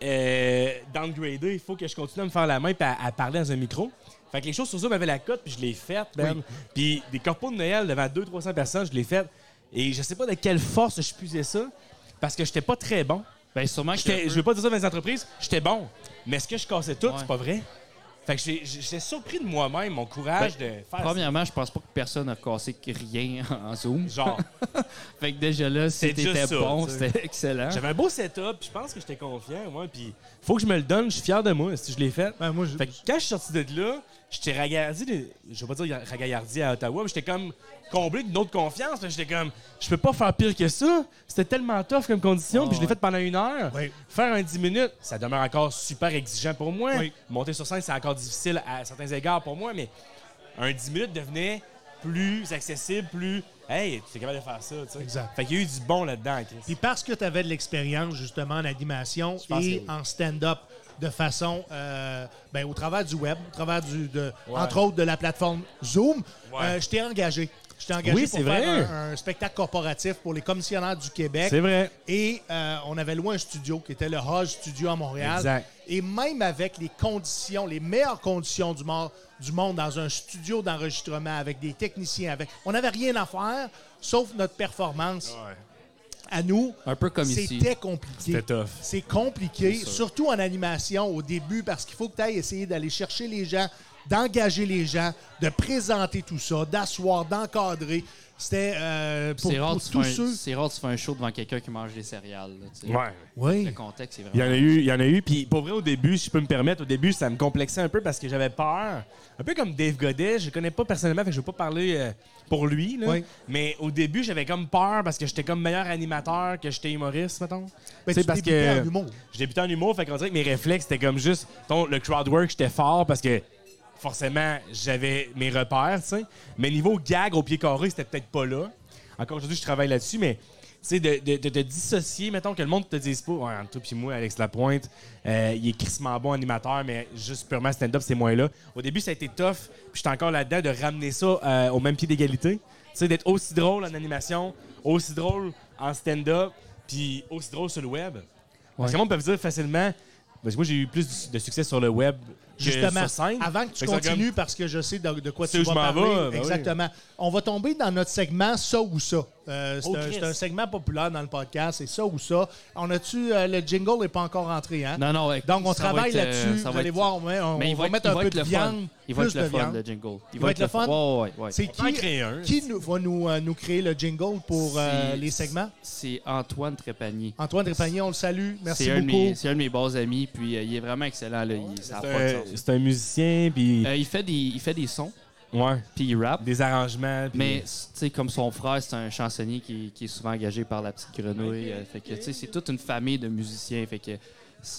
euh, downgrader. Il faut que je continue à me faire la main et à, à parler dans un micro. Fait que les choses sur Zoom avaient la cote, puis je l'ai faite, ben. Puis des corpos de Noël devant 200-300 personnes, je l'ai faite. Et je sais pas de quelle force je puisais ça, parce que j'étais pas très bon. Ben, sûrement que. J'étais- Je veux pas dire ça dans les entreprises, j'étais bon. Mais ce que je cassais tout, Ouais. c'est pas vrai. Fait que j'ai- j'étais surpris de moi-même, mon courage Ben, de faire Premièrement, je pense pas que personne a cassé rien en Zoom. ça. Genre, Fait que déjà là, C'est c'était juste ça, bon, tu sais. c'était Hein? excellent. j'avais un beau setup, puis je pense que j'étais confiant, moi. Puis faut que je me le donne, je suis fier de moi si je l'ai fait. Ben, moi, je- Fait que quand je suis sorti de là, j'étais ragaillardi, de- je vais pas dire ragaillardi à Ottawa, mais j'étais comme comblé d'une autre confiance. parce que J'étais comme, je peux pas faire pire que ça. C'était tellement tough comme condition, puis je l'ai fait pendant une heure. Oui. Faire un 10 minutes, ça demeure encore super exigeant pour moi. Oui. Monter sur scène, c'est encore difficile à certains égards pour moi, mais un 10 minutes devenait plus accessible, plus. Hey, tu es capable de faire ça, tu sais. Exact. Fait qu'il y a eu du bon là-dedans, Chris. Puis parce que tu avais de l'expérience justement en animation et pense que oui. en stand-up de façon, euh, ben, au travers du web, au travers du, de, Ouais. entre autres de la plateforme Zoom, Ouais. euh, je t'ai engagé. Je t'ai engagé Oui, pour c'est faire vrai. un, un spectacle corporatif pour les commissionnaires du Québec. C'est vrai. Et euh, on avait loin un studio qui était le Hodge Studio à Montréal. Exact. Et même avec les conditions, les meilleures conditions du monde, du monde dans un studio d'enregistrement avec des techniciens, avec, on n'avait rien à faire sauf notre performance à nous. Un peu comme ici. C'était compliqué. C'était tough. C'est compliqué, surtout en animation au début, parce qu'il faut que tu ailles essayer d'aller chercher les gens, d'engager les gens, de présenter tout ça, d'asseoir, d'encadrer. C'était euh, pour, C'est rare, pour de se tous faire un- ceux. c'est rare de se faire un show devant quelqu'un qui mange des céréales. là, tu sais. Le Oui. contexte, c'est Il y vraiment. en a eu, il y en a eu. Puis pour vrai, au début, si je peux me permettre, au début, ça me complexait un peu parce que j'avais peur. Un peu comme Dave Godet, je le connais pas personnellement, fait que je veux pas parler euh, pour lui. là. Oui. Mais au début, j'avais comme peur parce que j'étais comme meilleur animateur que j'étais humoriste, mettons. Ben, Tu sais, tu débutais en humour. Je débutais en humour, fait qu'on dirait que mes réflexes, c'était comme juste. mettons, le crowd work, j'étais fort parce que forcément, j'avais mes repères, tu sais. Mais niveau gag au pied carré, c'était peut-être pas là. Encore aujourd'hui, je travaille là-dessus, mais tu sais, de, de, de te dissocier, mettons que le monde te dise pas, ouais, entre toi puis moi, Alex Lapointe, euh, il est crissement bon animateur, mais juste purement stand-up, c'est moins là. Au début, ça a été tough, puis j'étais encore là-dedans de ramener ça euh, au même pied d'égalité. Tu sais, d'être aussi drôle en animation, aussi drôle en stand-up, puis aussi drôle sur le web. Parce que le monde peut vous dire facilement, parce que moi, j'ai eu plus de succès sur le web que Justement, sur scène. avant que tu Fait c'est comme- continues, parce que je sais de, de quoi C'est tu vas où je m'en parler. vais, ben oui. Exactement. On va tomber dans notre segment Ça ou ça. Euh, c'est Oh, un, Christ. c'est un segment populaire dans le podcast, c'est Ça ou ça. On a-tu. euh, le jingle n'est pas encore entré, hein? Non, non, ouais, Donc, on ça va travaille être, euh, là-dessus. ça Vous va allez être- voir, on, met- on- Mais il on va, va être- mettre il un va peu être de le viande. fun. Il va plus être le de fun, viande. le jingle. Il va être le fun. Ouais, ouais, ouais. C'est peut en qui, créer un. qui nous, va nous, euh, nous créer le jingle pour euh, C'est- les segments? C'est Antoine Trépanier. Antoine Trépanier, on le salue. Merci C'est un, de beaucoup. mes- c'est un de mes bons amis, puis euh, il est vraiment excellent. Là, il, ça a pas de Euh, sens. C'est un musicien, puis Euh, il, fait des, il fait des sons, ouais, puis il rappe. des arrangements. puis- Mais, tu sais, comme son frère, c'est un chansonnier qui, qui est souvent engagé par la petite grenouille. euh, fait que, tu sais, c'est toute une famille de musiciens. Fait que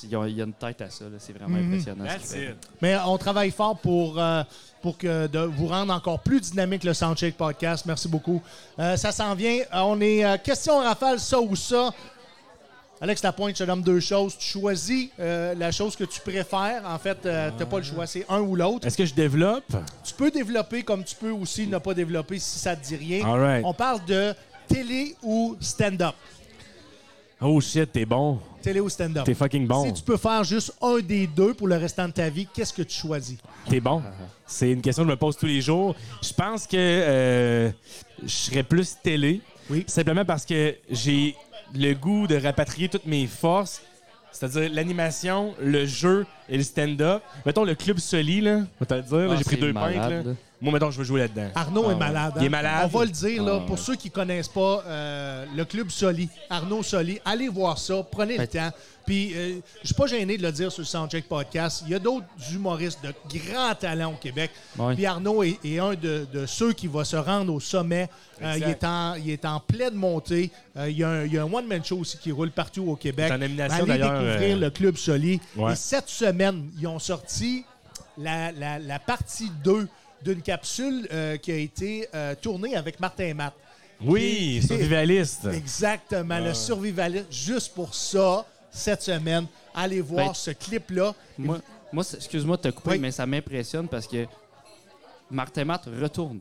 il y a, il y a une tête à ça. là. C'est Mhm. vraiment impressionnant. ce That's qu'il fait. it. Mais on travaille fort pour, euh, pour que de vous rendre encore plus dynamique le Soundcheck Podcast. Merci beaucoup. Euh, ça s'en vient. Euh, on est euh, question rafale, ça ou ça. Alex Lapointe, je te donne deux choses. Tu choisis euh, la chose que tu préfères. En fait, tu n'as pas le choix, c'est un ou l'autre. Est-ce que je développe? Tu peux développer comme tu peux aussi ne pas développer si ça te dit rien. All right. On parle de télé ou stand-up. Oh shit, t'es bon. Télé ou stand-up. T'es fucking bon. Si tu peux faire juste un des deux pour le restant de ta vie, qu'est-ce que tu choisis? T'es bon. C'est une question que je me pose tous les jours. Je pense que euh, je serais plus télé. Oui. Simplement parce que j'ai le goût de rapatrier toutes mes forces. C'est-à-dire l'animation, le jeu et le stand-up. Mettons le club Soli, là. On va te le dire, là, Ah, j'ai pris c'est deux malade, pintes, là. là. Moi, mettons, je veux jouer là-dedans. Arnaud est malade. Ah hein? Il est malade. On va le dire, là, Ah, pour ouais. ceux qui ne connaissent pas euh, le club Soli, Arnaud Soli, allez voir ça, prenez le temps. Puis, euh, je suis pas gêné de le dire sur le Soundcheck Podcast. Il y a d'autres humoristes de grand talent au Québec. Ouais. Puis, Arnaud est, est un de, de ceux qui va se rendre au sommet. Euh, il, est Exact. en, il est en pleine montée. Euh, il, y a un, il y a un one-man show aussi qui roule partout au Québec. C'est en nomination, allez d'ailleurs, découvrir euh, le club Soli. Ouais. Et cette semaine, ils ont sorti la, la- la partie 2 d'une capsule euh, qui a été euh, tournée avec Martin et Matt. Oui, Qui- survivaliste. Exactement, le survivaliste. Juste pour ça, cette semaine, allez voir Ben, ce clip-là. Moi, moi c'est- excuse-moi de te couper, Oui. mais ça m'impressionne parce que Martin Matt retourne.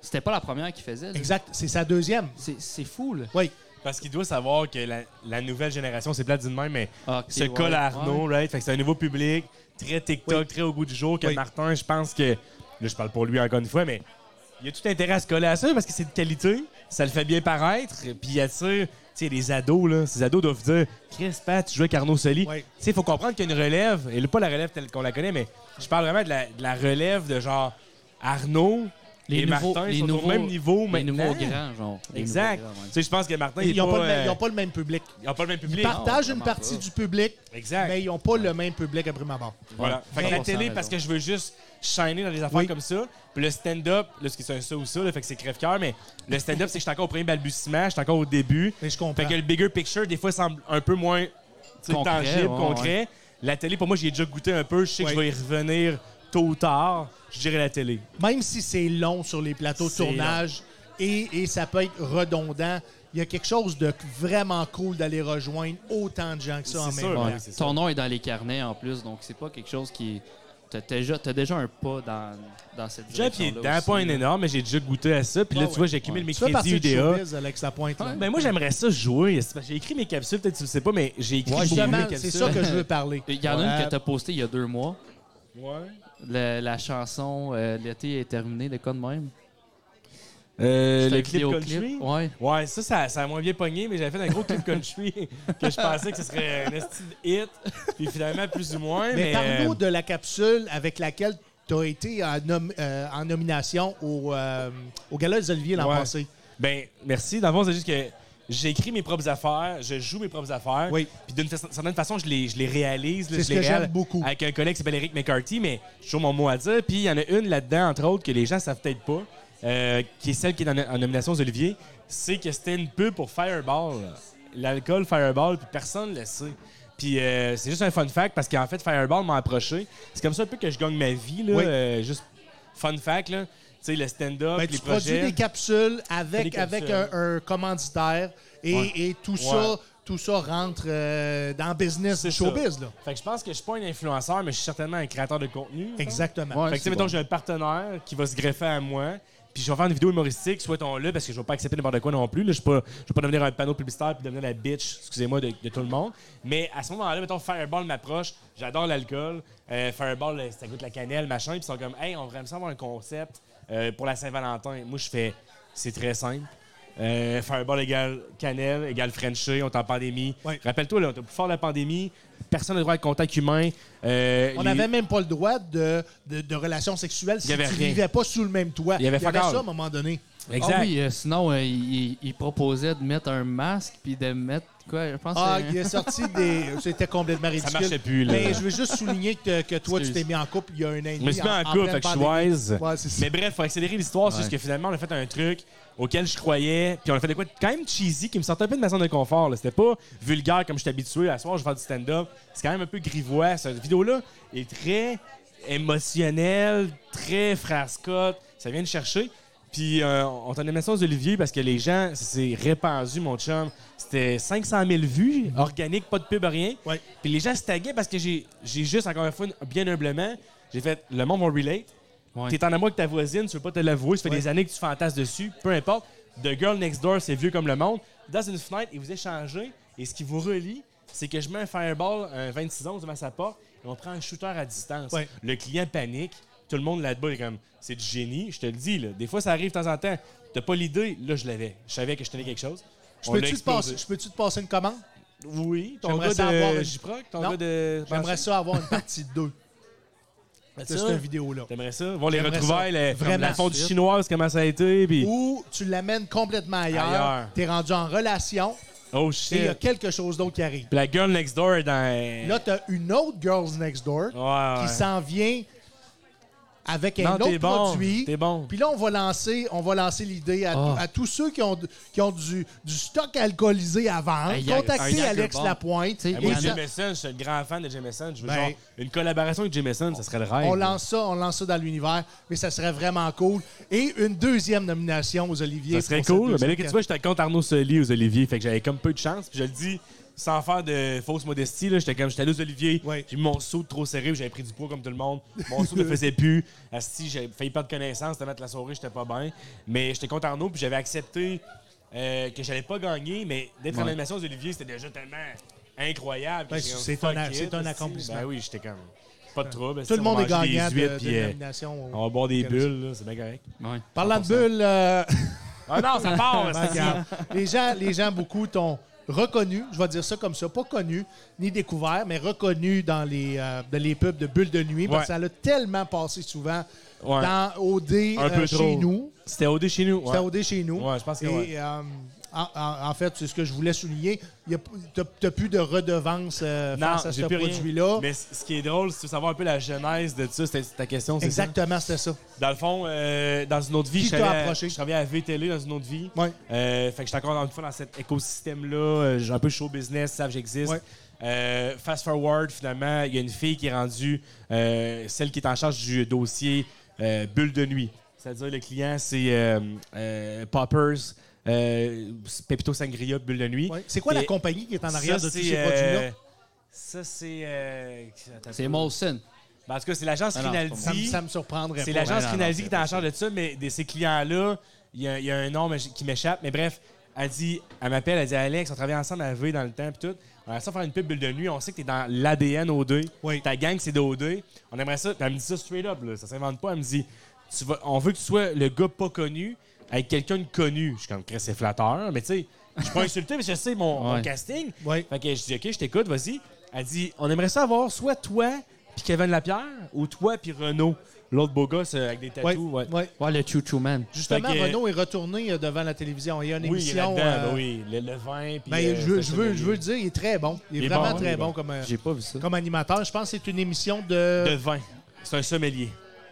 C'était pas la première qu'il faisait. là. Exact, c'est sa deuxième. C'est c'est fou, là. Oui, Parce qu'il doit savoir que la, la nouvelle génération, c'est plate d'une même, mais Ah, ok, se ouais, colle à Arnaud, ouais. right? Fait que c'est un nouveau public, très TikTok, très au goût du jour, que Oui. Martin, je pense que. Là, je parle pour lui encore une fois, mais il a tout intérêt à se coller à ça parce que c'est de qualité, ça le fait bien paraître, puis il attire. Tu sais, les ados, là, ces ados doivent dire Chris Pat, tu joues avec Arnaud Soli. Oui. Tu sais, il faut comprendre qu'il y a une relève, et pas la relève telle qu'on la connaît, mais je parle vraiment de la, de la relève de genre Arnaud Les et nouveaux- Martin les sont au nouveaux- même niveau Les maintenant. nouveaux grands, genre. Les Exact. nouveaux grands, ouais. Tu sais, je pense que Martin, il ils est n'ont pas, le euh, même- ils ont pas le même public. ils ont pas le même public. Partagent une vraiment partie pas. du public, Exact. mais ils n'ont pas le même public à prime abord. Voilà. Ouais, Fait que la 100% télé, raison. parce que je veux juste shiner dans des affaires Oui. comme ça. Puis le stand-up, là, ce qui c'est un ça ou ça, là, fait que c'est crève-cœur, mais le stand-up, c'est que je suis encore au premier balbutiement, je suis encore au début. Mais je Fait comprends. que le bigger picture, des fois, semble un peu moins tu sais, Concret, tangible, ouais, concret. La télé, pour moi, j'y ai déjà goûté un peu. Je sais que Ouais. je vais y revenir tôt ou tard. Je dirais la télé. même si c'est long sur les plateaux de C'est tournage et, et ça peut être redondant, il y a quelque chose de vraiment cool d'aller rejoindre autant de gens que ça en C'est même sûr. temps. Ouais, Ouais. c'est ça. Ton nom est dans les carnets en plus, donc c'est pas quelque chose qui. T'as déjà, t'as déjà un pas dans, dans cette J'ai un pied direction-là dedans, aussi, pas un là. Ah énorme, mais j'ai déjà goûté à ça. Puis là, Ouais, tu vois, j'accumule mes Tu fais partie crédits du UDA. showbiz, Alex Lapointe. là. Ben moi, j'aimerais ça jouer. C'est parce que J'ai écrit mes capsules, peut-être que tu le sais pas, mais j'ai écrit Ouais, beaucoup justement, mes c'est capsules. ça que je veux parler. Il y en a Ouais. une que t'as postée il y a deux mois. Ouais. Le- la chanson euh, L'été est terminé, de quoi de même Euh, C'était le un clip vidéoclip. country? Ouais. Ouais, ça, ça, ça a moins bien pogné, mais j'avais fait un gros clip country que je pensais que ce serait un esti de hit. Puis finalement, plus ou moins. Mais Mais, parle-nous euh, de la capsule avec laquelle tu as été en, nom- euh, en nomination au, euh, au Gala des Oliviers l'an Ouais. passé. Ben, merci. Dans le fond, c'est juste que j'écris mes propres affaires, je joue mes propres affaires. Oui. Puis d'une fa- certaine façon, je les, je les réalise. là, C'est je ce les que j'aime réal- beaucoup. Avec un collègue qui s'appelle Eric McCarthy, mais j'ai toujours mon mot à dire. Puis il y en a une là-dedans, entre autres, que les gens savent peut-être pas, euh, qui est celle qui est en, en nomination aux Olivier, c'est que c'était une pub pour Fireball. L'alcool Fireball, puis personne ne le sait. Puis euh, c'est juste un fun fact parce qu'en fait, Fireball m'a approché. C'est comme ça un peu que je gagne ma vie, là. Oui. euh, juste fun fact, là. Tu sais, le stand-up, Ben, les tu projets. produis des capsules avec, Des capsules. avec un, un commanditaire et, Ouais. et tout, Ouais. ça, tout ça rentre euh, dans le business C'est showbiz. Là. Fait que je pense que je suis pas un influenceur, mais je suis certainement un créateur de contenu. Exactement. Ouais, Fait que, tu sais, c'est mettons, bon. j'ai un partenaire qui va se greffer à moi, puis je vais faire une vidéo humoristique, souhaitons-le, parce que je vais pas accepter n'importe quoi non plus. Là, je ne vais pas devenir un panneau publicitaire puis devenir la bitch, excusez-moi, de, de tout le monde. Mais à ce moment-là, mettons, Fireball m'approche, j'adore l'alcool, euh, Fireball, euh, ça goûte la cannelle, machin, puis ils sont comme, hey, on va ça avoir un concept euh, pour la Saint-Valentin. Moi, je fais, c'est très simple. Euh, Fireball égale cannelle, égale Frenchie, on est en pandémie. Ouais. Rappelle-toi, là, on était au plus fort de la pandémie, personne n'a droit à contact humain. Euh, On les- n'avait même pas le droit de, de, de relations sexuelles si Il y avait tu rien. vivais pas sous le même toit. Il y avait fuck all. ça à un moment donné. Exact. Ah oui, euh, sinon, euh, il, il proposait de mettre un masque puis de mettre quoi Je pense Ah, que il est sorti des. C'était complètement ridicule. marchait plus, là. Mais je veux juste souligner que, que toi, tu Excuse. t'es mis en couple il y a un an et demi. Je me suis mis en couple, pleine fait que je suis pandémie. wise. Ouais, c'est ça. Mais bref, faut accélérer l'histoire, c'est Ouais. juste que finalement, on a fait un truc auquel je croyais, puis on a fait des quoi de quand même cheesy qui me sortait un peu de ma zone de confort. là. C'était pas vulgaire comme je suis habitué. À soir, je vais faire du stand-up. C'est quand même un peu grivois. Cette vidéo-là est très émotionnelle, très frascotte. Ça vient de chercher. Puis euh, on t'en aimait ça aux Olivier parce que les gens, c'est répandu, mon chum. C'était 500 000 vues, organique, pas de pub, rien. Ouais. Puis les gens se taguaient parce que j'ai j'ai juste, encore une fois, bien humblement, j'ai fait le monde va relate. Ouais. T'es en amour avec ta voisine, tu veux pas te l'avouer, ça fait Ouais. des années que tu fantasmes dessus, peu importe. The Girl Next Door, c'est vieux comme le monde. Dans une fenêtre, et vous échangez, et ce qui vous relie, c'est que je mets un fireball, un 26 11 devant sa porte, et on prend un shooter à distance. Ouais. Le client panique, tout le monde là-bas est comme, c'est du génie, je te le dis, là. Des fois, ça arrive de temps en temps. T'as pas l'idée, là, je l'avais. Je savais que je tenais quelque chose. Je On l'a peux-tu te, explosé. passer- je peux-tu te passer une commande? Oui, ton J'aimerais gars ça avoir de une- J-Proc, ton Non. gars de... J'aimerais ça avoir une partie 2 de Ça? cette vidéo-là. T'aimerais ça? Voir les J'aimerais retrouvailles, ça. les- Vraiment. la fondue chinoise, comment ça a été, puis... Ou tu l'amènes complètement ailleurs, Ailleurs. t'es rendu en relation et Oh il y shit! a quelque chose d'autre qui arrive. Puis la girl next door est dans. Là, t'as une autre Girls Next Door Ben. ouais, ouais. qui s'en vient avec un Non, autre t'es bon. produit. T'es bon. Puis là, on va lancer, on va lancer l'idée à, Ah. à tous ceux qui ont, qui ont du, du stock alcoolisé à vendre. Un Jager- Contactez un Alex Jagerbomb. Lapointe. Tu sais, Eh, Et Moi, ça- Jameson, je suis le grand fan de Jameson. Je veux Ben, genre une collaboration avec Jameson, ça serait le rêve. on lance ça, on lance ça dans l'univers, mais ça serait vraiment cool. Et une deuxième nomination aux Oliviers. Ça serait pour cette cool. Mais deuxième là, que tu vois, j'étais contre Arnaud Soli aux Oliviers. Fait que j'avais comme peu de chance. Puis je le dis sans faire de fausse modestie. là, J'étais comme, j'étais allé aux Oliviers. Ouais. J'ai mis mon saut trop serré. puis J'avais pris du poids comme tout le monde. Mon saut ne faisait plus. Asti, j'avais failli perdre connaissance. De mettre la soirée, j'étais pas bien. Mais j'étais contre Arnaud. Puis j'avais accepté euh, que j'allais pas gagner. Mais d'être en Ouais. animation aux Oliviers, c'était déjà tellement incroyable. que Ben, j'étais comme, c'est un- fuck it, c'est un asti. accomplissement. Ben oui, j'étais comme, pas de trouble. Tout le monde est gagnant de, de puis, euh, nomination. au- on va boire des bulles, là, c'est bien correct. Ouais. Parlant de bulles, euh, Ah non, ça part! asti. regarde, les, gens, les gens, beaucoup t'ont reconnu, je vais dire ça comme ça, pas connu, ni découvert, mais reconnu dans les, euh, dans les pubs de bulles de nuit, parce que ça Ouais. l'a tellement passé souvent Ouais. dans OD Un euh, peu chez trop. nous. C'était OD chez nous. C'était ouais. OD chez nous. Ouais, je pense que Et, ouais. euh, en, en- en fait, c'est ce que je voulais souligner. Tu n'as plus de redevance euh, Non, face à ce j'ai plus rien. produit-là. Mais c- ce qui est drôle, c'est de savoir un peu la genèse de ça. C'était ta question, c'est ça? Exactement, c'était ça. Dans le fond, euh, dans une autre vie, Qui je t'a travaillais, à, approché? je travaillais à VTL dans une autre vie. Ouais. Euh, fait que j'étais encore dans, une fois dans cet écosystème-là. Euh, J'ai un peu show business, savent que j'existe. Ouais. Euh, fast forward, finalement, il y a une fille qui est rendue, euh, celle qui est en charge du dossier euh, bulle de nuit. C'est-à-dire, le client, c'est euh, euh, Poppers, euh, Pepito Sangria, bulle de nuit. Ouais. C'est quoi la Et- compagnie qui est en arrière Ça, de tous c'est, ces euh, produits-là? Ça, c'est. euh, attends un C'est peu. Molson. Ben, en tout cas, c'est l'agence Ah non, Ça, me- Rinaldi. ça me surprendrait C'est pas. l'agence Ouais, non, Rinaldi non, qui est en charge de ça, mais de ces clients-là, il y, a- il y a un nom mais j- qui m'échappe. Mais bref, elle dit, elle m'appelle, elle dit Alex, on travaille ensemble à V dans le temps, puis tout. On aimerait ça faire une pub bulle de nuit. On sait que t'es dans l'ADN O2. Oui. Ta gang, c'est de O2. On aimerait ça. Puis elle me dit ça straight up, là. Ça s'invente pas. Elle me dit tu vas- on veut que tu sois le gars pas connu avec quelqu'un de connu. Je suis comme, Chris, c'est flatteur, mais tu sais, je suis pas insulté, mais je sais mon, mon Ouais. casting. Ouais. Fait que je dis, OK, je t'écoute, vas-y. Elle dit, on aimerait ça avoir soit toi puis Kevin Lapierre ou toi puis Renaud. L'autre beau gars euh, avec des Ouais, tatous. ouais. ouais. Ouais, le Choo Choo Man. Justement, Fait que- Renaud est retourné euh, devant la télévision. Il y a une Oui, il est émission. là-dedans, euh, ben oui. Le, le vin. puis, ben, euh, je, veux, le je, veux, sommelier. je veux le dire, il est très bon. Il est, Il est vraiment bon, il très est bon, bon. Comme, euh, J'ai pas vu ça. comme animateur. Je pense que c'est une émission de. De vin. C'est un sommelier.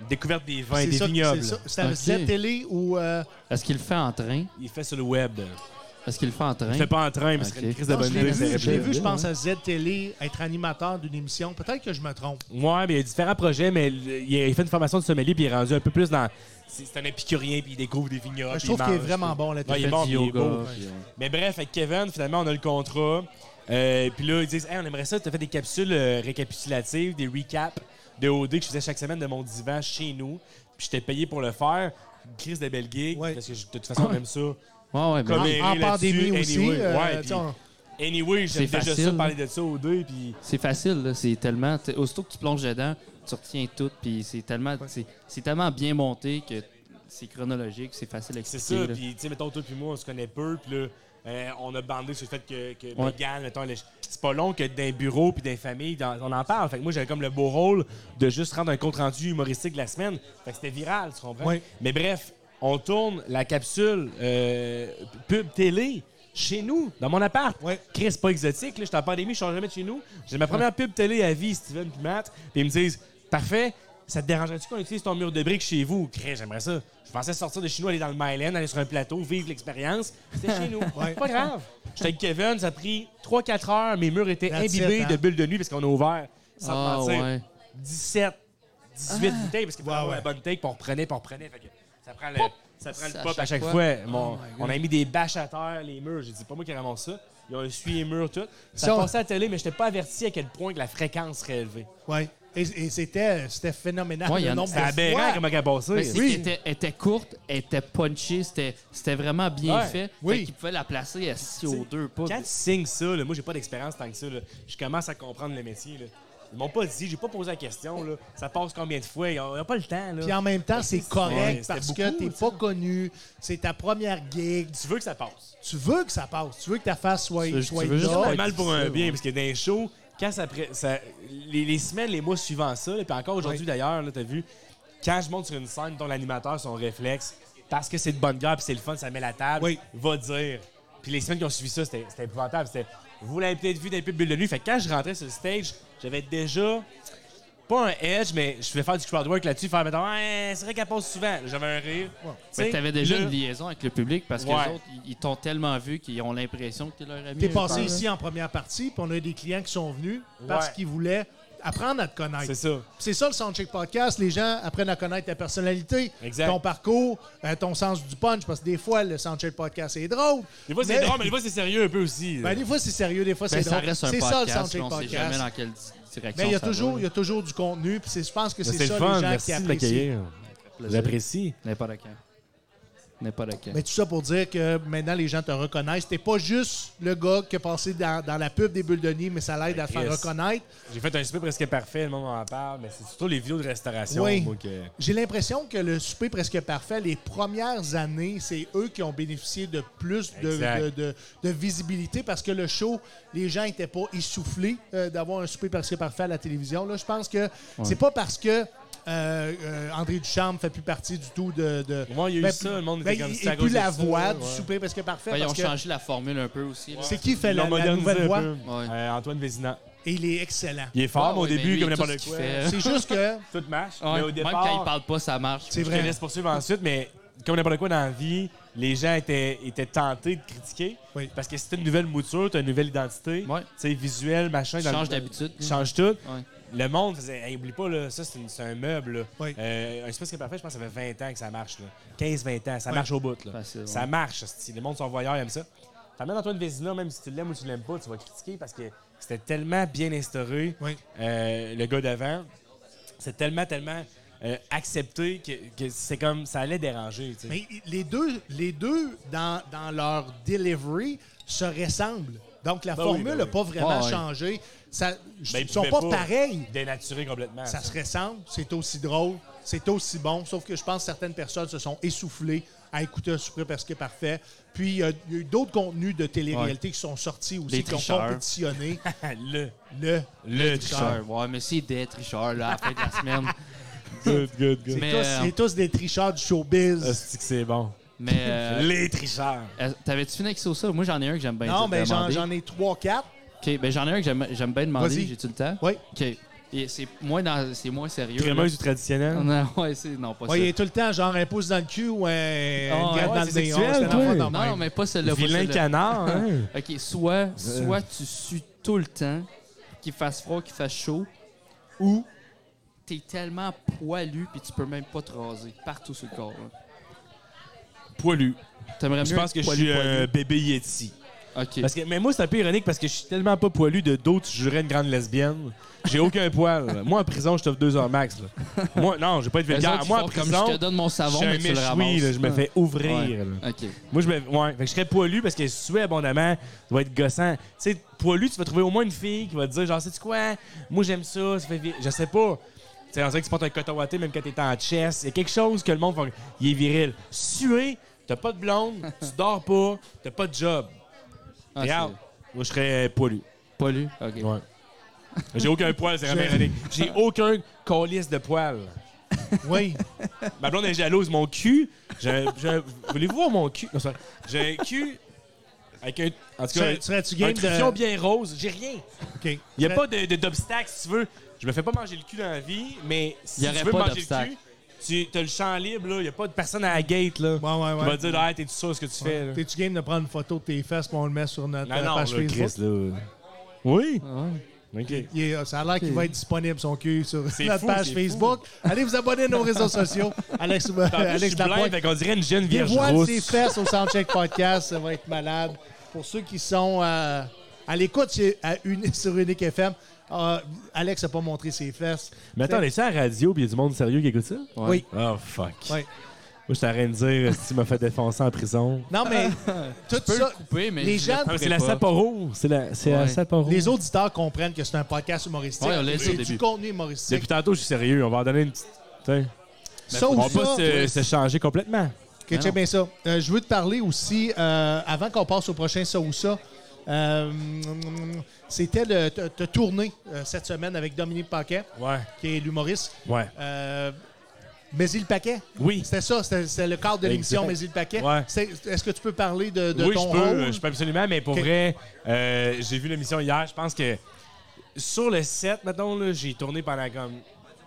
Découverte des vins, euh, c'est des ça- vignobles. c'est ça. C'est à Ok. cette télé ou. euh, Est-ce qu'il le fait en train? Il fait sur le web. Est-ce qu'il le fait en train? Il fait pas en train, mais ce Hein? Ok. serait une crise de non, bonne je l'ai idée. vu, c'est je l'ai rapide. vu, je pense, à Z-Télé, être animateur d'une émission. Peut-être que je me trompe. Ouais, mais il y a différents projets, mais le- il a il fait une formation de sommelier, puis il est rendu un peu plus dans. C'est c'est un épicurien, puis il découvre des vignobles. Ben, je puis trouve Ah, il qu'il est mange, vraiment puis- bon là Ouais, il est fait bon, du puis il est yoga, beau. puis, euh, ouais. Mais bref, avec Kevin, finalement, on a le contrat. Euh, puis là, ils disent Hey, on aimerait ça, tu as fait des capsules euh, récapitulatives, des recaps de OD que je faisais chaque semaine de mon divan chez nous. Puis j'étais payé pour le faire. Une crise de belle gig, Ouais. parce que je- de toute façon, on aime ça. Ouais, ouais, mais Comme En- les- en pandémie là-dessus, aussi. anyway. euh, Ouais, tu sais, puis- on- Anyway, C'est j'aime déjà facile, ça, là. parler de ça OD. Puis c'est facile, là. C'est tellement. t'sais, Aussitôt que tu plonges dedans, tu retiens tout, puis c'est tellement, c'est- c'est tellement bien monté que c'est chronologique, c'est facile à c'est expliquer. ça. là. Puis, tu sais, mettons, toi, puis moi, on se connaît peu. Puis là, euh, on a bandé sur le fait que, que Ouais. Megan, mettons, elle est- c'est pas long que d'un bureau puis d'un famille, dans- on en parle. Fait que moi, j'avais comme le beau rôle de juste rendre un compte rendu humoristique de la semaine. Fait que c'était viral, tu comprends? Ouais. Mais bref, on tourne la capsule euh, pub télé chez nous, dans mon appart. Ouais. Chris, c'est pas exotique. Là, j'étais en pandémie, je change jamais de chez nous. J'ai ma première pub télé à vie, Steven puis Matt. Puis ils me disent Parfait, ça te dérangerait-tu qu'on utilise ton mur de briques chez vous Chris, j'aimerais ça. Je pensais sortir de chez nous, aller dans le Myland, aller sur un plateau, vivre l'expérience. C'était chez nous. Pas grave. J'étais avec Kevin, ça a pris 3-4 heures. Mes murs étaient That's it, imbibés hein? de bulles de nuit parce qu'on a ouvert, sans Ah, te mentir, ouais. 17, 18 bouteilles parce qu'il Ouais, fallait avoir ouais. la bonne take, puis on reprenait, puis on reprenait. Fait que ça prend le, ça prend le À pop à chaque chaque fois. fois. Mon- on a mis des bâches à terre, les murs. J'ai dit, pas moi qui ramasse ça. Ils ont essuyé les murs, tout. Ça Ça, on- passait à la télé, mais je n'étais pas averti à quel point que la fréquence serait élevée. Ouais. Et, et c'était c'était phénoménal. Ouais, il y le en a- nombre C'est de fois. aberrant comment elle Mais passait. c'est qu'elle était, elle était courte, elle était punchy, c'était, c'était vraiment bien Ouais. fait. Oui. Fait qu'il pouvait la placer à 6 T'sais, ou 2 pas. Quand tu signes ça, là, moi, j'ai pas d'expérience tant que ça. là. Je commence à comprendre le métier. là. Ils m'ont pas dit, j'ai pas posé la question. là. Ça passe combien de fois? Ils ont, ils ont pas le temps. là. Puis en même temps, c'est correct c'était parce beaucoup, que t'es tu sais. pas connu, c'est ta première gig, Tu veux que ça passe. tu veux que ça passe, tu veux que ta face soit Tu veux- soit tu veux juste là. C'est ouais, mal pour c'est un ça, bien, ouais. parce que dans les shows, quand ça, pré- ça- les, les semaines, les mois suivants ça, là, puis encore aujourd'hui d'ailleurs, là, t'as vu, quand je monte sur une scène, dont l'animateur, son réflexe, parce que c'est de bonne guerre, puis c'est le fun, ça met la table, Oui. va dire. Puis les semaines qui ont suivi ça, c'était c'était épouvantable. C'était- Vous l'avez peut-être vu dans les pubs Bulle de nuit. Fait que quand je rentrais sur le stage, j'avais déjà pas un edge, mais je pouvais faire du crowd work là-dessus, faire mettons, Hey, c'est vrai qu'elle passe souvent. J'avais un rire. Mais Tu t'avais sais, déjà là- une liaison avec le public parce que Ouais. les autres, ils- ils t'ont tellement vu qu'ils ont l'impression que t'es leur ami. T'es je passé pense. ici en première partie, puis on a eu des clients qui sont venus parce Ouais. qu'ils voulaient apprendre à te connaître. C'est ça. C'est ça le Soundcheck Podcast. Les gens apprennent à connaître ta personnalité, Exact. ton parcours, euh, ton sens du punch. Parce que des fois, le Soundcheck Podcast, c'est drôle. Des fois, c'est drôle, mais des fois, c'est sérieux un peu aussi. là. Ben, des fois, c'est sérieux, des fois, Ben, c'est ça drôle. reste un C'est podcast, ça le là, Soundcheck on sait jamais Podcast. dans quelle di- direction Mais Ben, il y, a ça va, toujours, là. il y a toujours du contenu, puis c'est- je pense que Mais c'est C'est ça le fun. les gens Merci qui de apprécient. m'accueillir. Plaisir. J'apprécie. N'importe quand. N'importe quand. Mais tout ça pour dire que maintenant, les gens te reconnaissent. T'es pas juste le gars qui a passé dans, dans la pub des bulles de nid, mais ça l'aide à te faire Chris. reconnaître. J'ai fait un souper presque parfait, le monde en parle, mais c'est surtout les vidéos de restauration. Oui. moi, que- J'ai l'impression que le souper presque parfait, les premières années, c'est eux qui ont bénéficié de plus de, Exact. de- de- de visibilité parce que le show, les gens n'étaient pas essoufflés euh, d'avoir un souper presque parfait à la télévision. Là, je pense que c'est pas parce que euh, euh, André Duchamp fait plus partie du tout de. de Moi, il y a eu Ben, ça, le monde ben, était comme il- ça. il à est plus cause de la ça, voix ouais. du souper presque parfait. Ben, ils ont parce que changé la formule un peu aussi. là. c'est qui fait Ils la, l'ont la modernisé nouvelle un voix? peu. Ouais. Euh, Antoine Vézina. Et il est excellent. Il est fort, Ah mais au ouais, ben, début, lui, comme tout n'importe ce quoi. qu'il fait. C'est juste que. Tout marche. Ouais, Mais au départ, Même quand ils parlent pas, ça marche. C'est je vrai. te laisse poursuivre ensuite, mais comme n'importe quoi dans la vie, les gens étaient, étaient tentés de critiquer. Oui. Parce que c'était une nouvelle mouture, t'as une nouvelle identité. Ouais. Tu sais, visuel, machin. Tu dans le- changes d'habitude. Tu changes tout. Ouais. Le monde faisait, hey, oublie pas, là, ça, c'est une- c'est un meuble. là. Oui. Euh, un espace qui est parfait, je pense que ça fait 20 ans que ça marche. 15-20 ans, ça marche au bout. Là. Facile, Ça ouais. marche. Si les mondes sont voyeurs, ils aiment ça. T'amènes Antoine Vézina, même si tu l'aimes ou tu l'aimes pas, tu vas critiquer parce que c'était tellement bien instauré, Oui. euh, le gars d'avant. C'est tellement, tellement euh, accepté que, que c'est comme ça allait déranger. tu sais. Mais les deux, les deux dans, dans leur delivery, se ressemblent. Donc, la Ben oui, formule n'a ben oui. pas vraiment Ouais, ouais. changé. Ça, Ben, ils ils sont pouvaient Ah. pas, pareils. Dénaturé complètement. Ça ça. se ressemble, c'est aussi drôle, c'est aussi bon, sauf que je pense que certaines personnes se sont essoufflées à écouter un souper parce que parfait. Puis, il y a il y a eu d'autres contenus de télé-réalité qui sont sortis aussi, Des qui ont tricheurs. compétitionné le, le... le Tricheur. Ouais, mais c'est des tricheurs, là, à la fin de la semaine. Good, good, C'est good. Mais, tous, euh, c'est tous des tricheurs du showbiz. Hostie que Euh, c'est bon. Mais euh, Les tricheurs. euh, t'avais-tu fini avec ça ou ça? Moi, j'en ai un que j'aime bien non, te ben, mais j'en demander. j'en ai trois, quatre. OK, ben j'en ai un que j'aime j'aime bien demander. Vas-y. J'ai-tu le temps? Oui. OK. Et c'est moins, dans- c'est moins sérieux. là. Crémeuse du traditionnel. Non, ouais, c'est... Non, pas Ouais, il ça. est tout le temps genre un pouce dans le cul ou un une ouais, gratte dans Ah, ouais, le c'est nez. Ah, sexuel, c'est un toi. enfant de Non, même. mais pas celle-là. pas Vilain Euh. celle-là. canard, hein? OK, soit, soit tu sues tout le temps, qu'il fasse froid, qu'il fasse chaud, ou t'es tellement poilu puis tu peux même pas te raser partout sur le corps. là. Poilu. T'aimerais mieux Je pense que être je poilu, suis poilu. un bébé Yeti. OK. Parce que, mais moi, c'est un peu ironique parce que je suis tellement pas poilu de dos, tu jurais une grande lesbienne. J'ai aucun poil. Moi, en prison, je t'offre deux heures max. là. Moi, non, j'ai pas été Les autres, vulgaire. ils Moi, en font prison, comme je te donne mon je savon, suis un mais tu le méchoui, ramasses. là, je me fais ouvrir. Ouais. là. OK. Moi, je me. Ouais. Fait que je serais poilu parce que si tu sues abondamment, tu vas être gossant. Tu sais, poilu, tu vas trouver au moins une fille qui va te dire genre, sais-tu quoi, moi j'aime ça, ça fait. vi- Je sais pas. Tu sais, on dirait que tu portes un coton watté même quand t'es en chess. Il y a quelque chose que le monde fait. Il est viril. Sué, t'as pas de blonde, tu dors pas, t'as pas de job. Ah, Regarde, moi je serais poilu. c'est Poilu. OK. Ouais. J'ai aucun poil, c'est vraiment ironique. J'ai aucun colisse de poil. Oui. Ma blonde est jalouse. Mon cul, J'ai un- j'ai un- Voulez-vous voir mon cul? Non, c'est vrai. J'ai un cul avec un. En tout cas, un, Serais- Serais-tu un game trufion de. bien rose. J'ai rien. OK. Il n'y a pas de- de- d'obstacle, si tu veux. Je me fais pas manger le cul dans la vie, mais si Y aurait tu veux pas me manger le d'obstacle. cul, tu as le champ libre. Il n'y a pas de personne à la gate là, Ouais, ouais, ouais. qui va dire hey, « T'es-tu sûr de ce que tu fais? là? T'es-tu game de prendre une photo de tes fesses et on le met sur notre euh, Non, non, page là, Facebook? Chris, là. Oui. Ah Ouais. OK. Il est- euh, ça a l'air qu'il va être disponible, son cul, sur C'est notre fou, page c'est Facebook. Allez vous abonner à nos réseaux sociaux. Alex, euh, En plus, je Alex suis blinde, Lapointe. fait qu'on dirait une jeune vierge Dévoile rousse. ses fesses au Soundcheck Podcast. Ça va être malade. Pour ceux qui sont euh, à l'écoute chez- à Uni- sur Unique FM, euh, Alex n'a pas montré ses fesses. Mais attends, c'est à la radio, puis il y a du monde sérieux qui écoute ça? Oui. Oh, fuck. Ouais. Moi, je t'arrête de dire si tu m'as fait défoncer en prison. Non, mais tout ça, couper, mais les je gens- le Ah, mais couperai c'est la pas. Sapporo. C'est la, c'est la Ouais. Sapporo. les auditeurs comprennent que c'est un podcast humoristique. Ouais, on l'a dit au c'est du début. contenu humoristique. Depuis tantôt, je suis sérieux. On va en donner une petite. Tiens. Sauf On va ça- pas se, se changer complètement. Ok, check bien ça. Euh, je veux te parler aussi, euh, avant qu'on passe au prochain ça ou ça, euh, c'était le te, te tourner euh, cette semaine avec Dominique Paquet, Ouais. qui est l'humoriste. Ouais. Euh, mais il paquet. Oui. C'était ça, c'était c'était le cadre de Exact. l'émission Mais il paquet. Ouais. C'est- Est-ce que tu peux parler de, de oui, ton je peux, euh, rôle? je peux absolument, mais pour Ok. vrai, euh, j'ai vu l'émission hier. Je pense que sur le set, mettons, là, j'ai tourné pendant comme,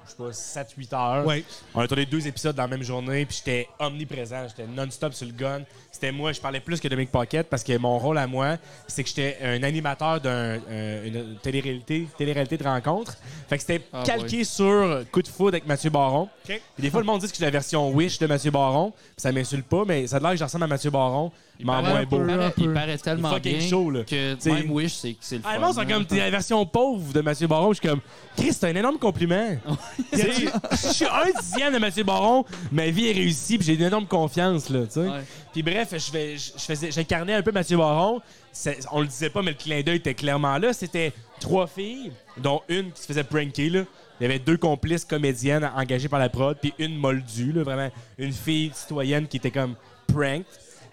je sais pas, 7-8 heures. Ouais. On a tourné deux épisodes dans la même journée, puis j'étais omniprésent, j'étais non-stop sur le gun. C'était moi, je parlais plus que Dominique Paquette parce que mon rôle à moi, c'est que j'étais un animateur d'une télé-réalité, télé-réalité de rencontre. Fait que c'était Ah, calqué sur Coup de foudre avec Mathieu Baron. Ok. Puis des fois, le monde dit que j'ai la version Wish de Mathieu Baron, puis ça m'insulte pas, mais ça a l'air que je ressemble à Mathieu Baron, mais en paraît moins un beau. peu, Un paraît- peu. Il paraît Il tellement est fucking bien chaud, là. que T'sais- même Wish, c'est c'est le fun. Ah, le monde, c'est hein. comme t'es la version pauvre de Mathieu Baron. Je suis comme, Chris, c'est un énorme compliment. Tu sais, je suis un dixième de Mathieu Baron, ma vie est réussie, puis j'ai une énorme confiance, là, tu sais. Ouais. Puis bref, je fais- je- je faisais- j'incarnais un peu Mathieu Baron. C'est- On le disait pas, mais le clin d'œil était clairement là. C'était trois filles, dont une qui se faisait pranker, là. Il y avait deux complices comédiennes engagées par la prod, puis une moldue, là, vraiment. Une fille citoyenne qui était comme pranked.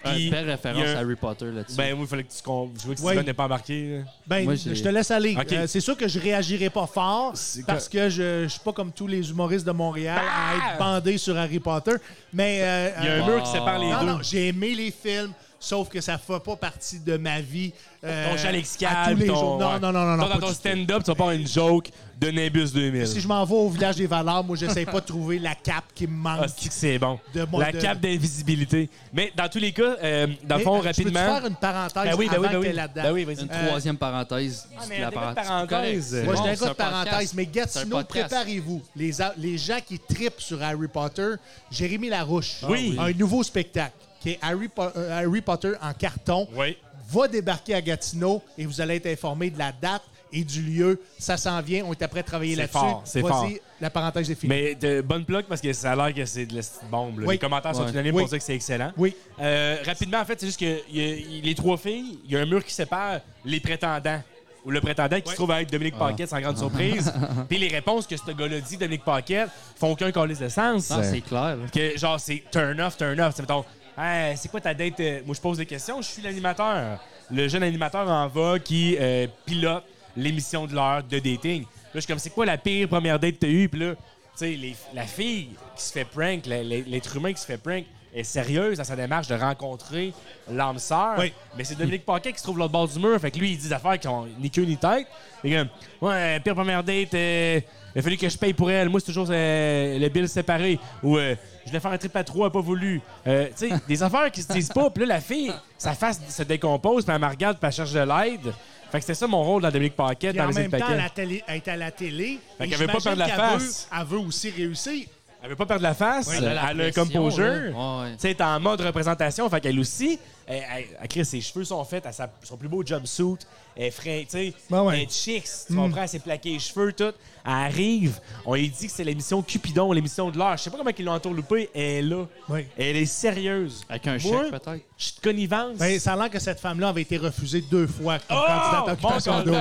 Ah, Puis, belle il référence y a un- à Harry Potter là-dessus. Ben oui, il fallait que tu comprennes. Je veux que Ouais. Steven n'ait pas embarqué. là. Ben, Moi, j'ai- je te laisse aller. Ok. Euh, c'est sûr que je réagirai pas fort parce que je, je suis pas comme tous les humoristes de Montréal à être bandé sur Harry Potter. Mais euh, Ah! Il y a euh, un mur qui sépare les non, deux. non, j'ai aimé les films, sauf que ça fait pas partie de ma vie. euh, ton Jean à tous Excalibur, les ton- jours. Non, ouais. non, non, non, non, Toi, pas dans ton du tout. stand-up, tu vas pas avoir une joke de Nimbus 2000. Si je m'en vais au village des valeurs, moi, j'essaie pas de trouver la cape qui me Ah, manque. c'est que c'est bon. De moi, La de- cape d'invisibilité. Mais dans tous les cas, euh, dans le Mais, fond, euh, je peux-tu rapidement. faire une parenthèse Ben oui, ben avant oui, ben que oui. t'aies là-dedans? Ben oui, vas-y. Une Euh, troisième parenthèse Ah, du- mais de la un débat de parenthèse. parenthèse. C'est correct. Moi, C'est je bon, n'ai c'est un de parenthèse, podcast. mais C'est un Gatineau, podcast. préparez-vous. Les, a- les gens qui tripent sur Harry Potter, Jérémy Larouche, Ah Oui. a un nouveau spectacle qui est Harry, Po- euh, Harry Potter en carton, Oui. va débarquer à Gatineau et vous allez être informé de la date et du lieu. Ça s'en vient, on est après à travailler C'est là-dessus. fort, c'est fort. Vas-y, la parenthèse est finie. Mais de bonne plug parce que ça a l'air que c'est de la petite bombe. là. Oui. Les commentaires sont Ouais. unanimes Oui. pour dire que c'est excellent. Oui. Euh, rapidement, en fait, c'est juste que il y a- il- les trois filles, il y a un mur qui sépare les prétendants. Ou le prétendant qui se trouve à être Dominique Ah. Paquette, sans grande surprise. Puis les réponses que ce gars-là dit, Dominique Paquette, font qu'un calice de sens. Ah, c'est clair. là. que genre c'est turn off, turn off. C'est mettons, Hey, c'est quoi ta date? euh, Moi, je pose des questions. Je suis l'animateur. Le jeune animateur en va qui euh, pilote l'émission de l'heure de dating. Là, je suis comme, c'est quoi la pire première date que t'as eue? Puis là, tu sais, les- la fille qui se fait prank, la- la- l'être humain qui se fait prank, est sérieuse dans sa démarche de rencontrer l'âme sœur. Oui. Mais c'est Dominique Paquet qui se trouve l'autre bord du mur. Fait que lui, il dit des affaires qui ont ni queue ni tête. Il est comme, ouais, pire première date, euh, il a fallu que je paye pour elle. Moi, c'est toujours euh, le bill séparé. Ou euh, je voulais faire un trip à trois, pas voulu. Euh, tu sais, des affaires qui se disent pas. Puis là, la fille, sa face se décompose, puis elle me regarde, puis elle cherche de l'aide. Fait que c'était ça mon rôle dans Dominique Paquet, Puis dans en les même autres temps, paquets. la télé, elle est à la télé. Fait et qu'elle veut pas j'imagine perdre la qu'elle face. veut- elle veut aussi réussir. Elle veut pas perdre la face. elle a elle la a un pression, composure. là. Ouais, ouais. Tu sais, elle est en mode représentation. Fait qu'elle aussi, elle, elle- elle crée ses cheveux sont faits à sa- son plus beau jumpsuit. Elle est frais, tu sais. Ben ouais. Elle est chic. Tu comprends? Elle s'est plaquée les cheveux, tout. Elle arrive. On lui dit que c'est l'émission Cupidon, l'émission de l'heure. Je sais pas comment ils l'ont entourloupée. Elle est là. Oui. Elle est sérieuse. Avec un Moi, chèque, peut-être. Je suis de connivence. Ben, ça a l'air que cette femme-là avait été refusée deux fois comme Oh! candidate à Bon Occupation Double.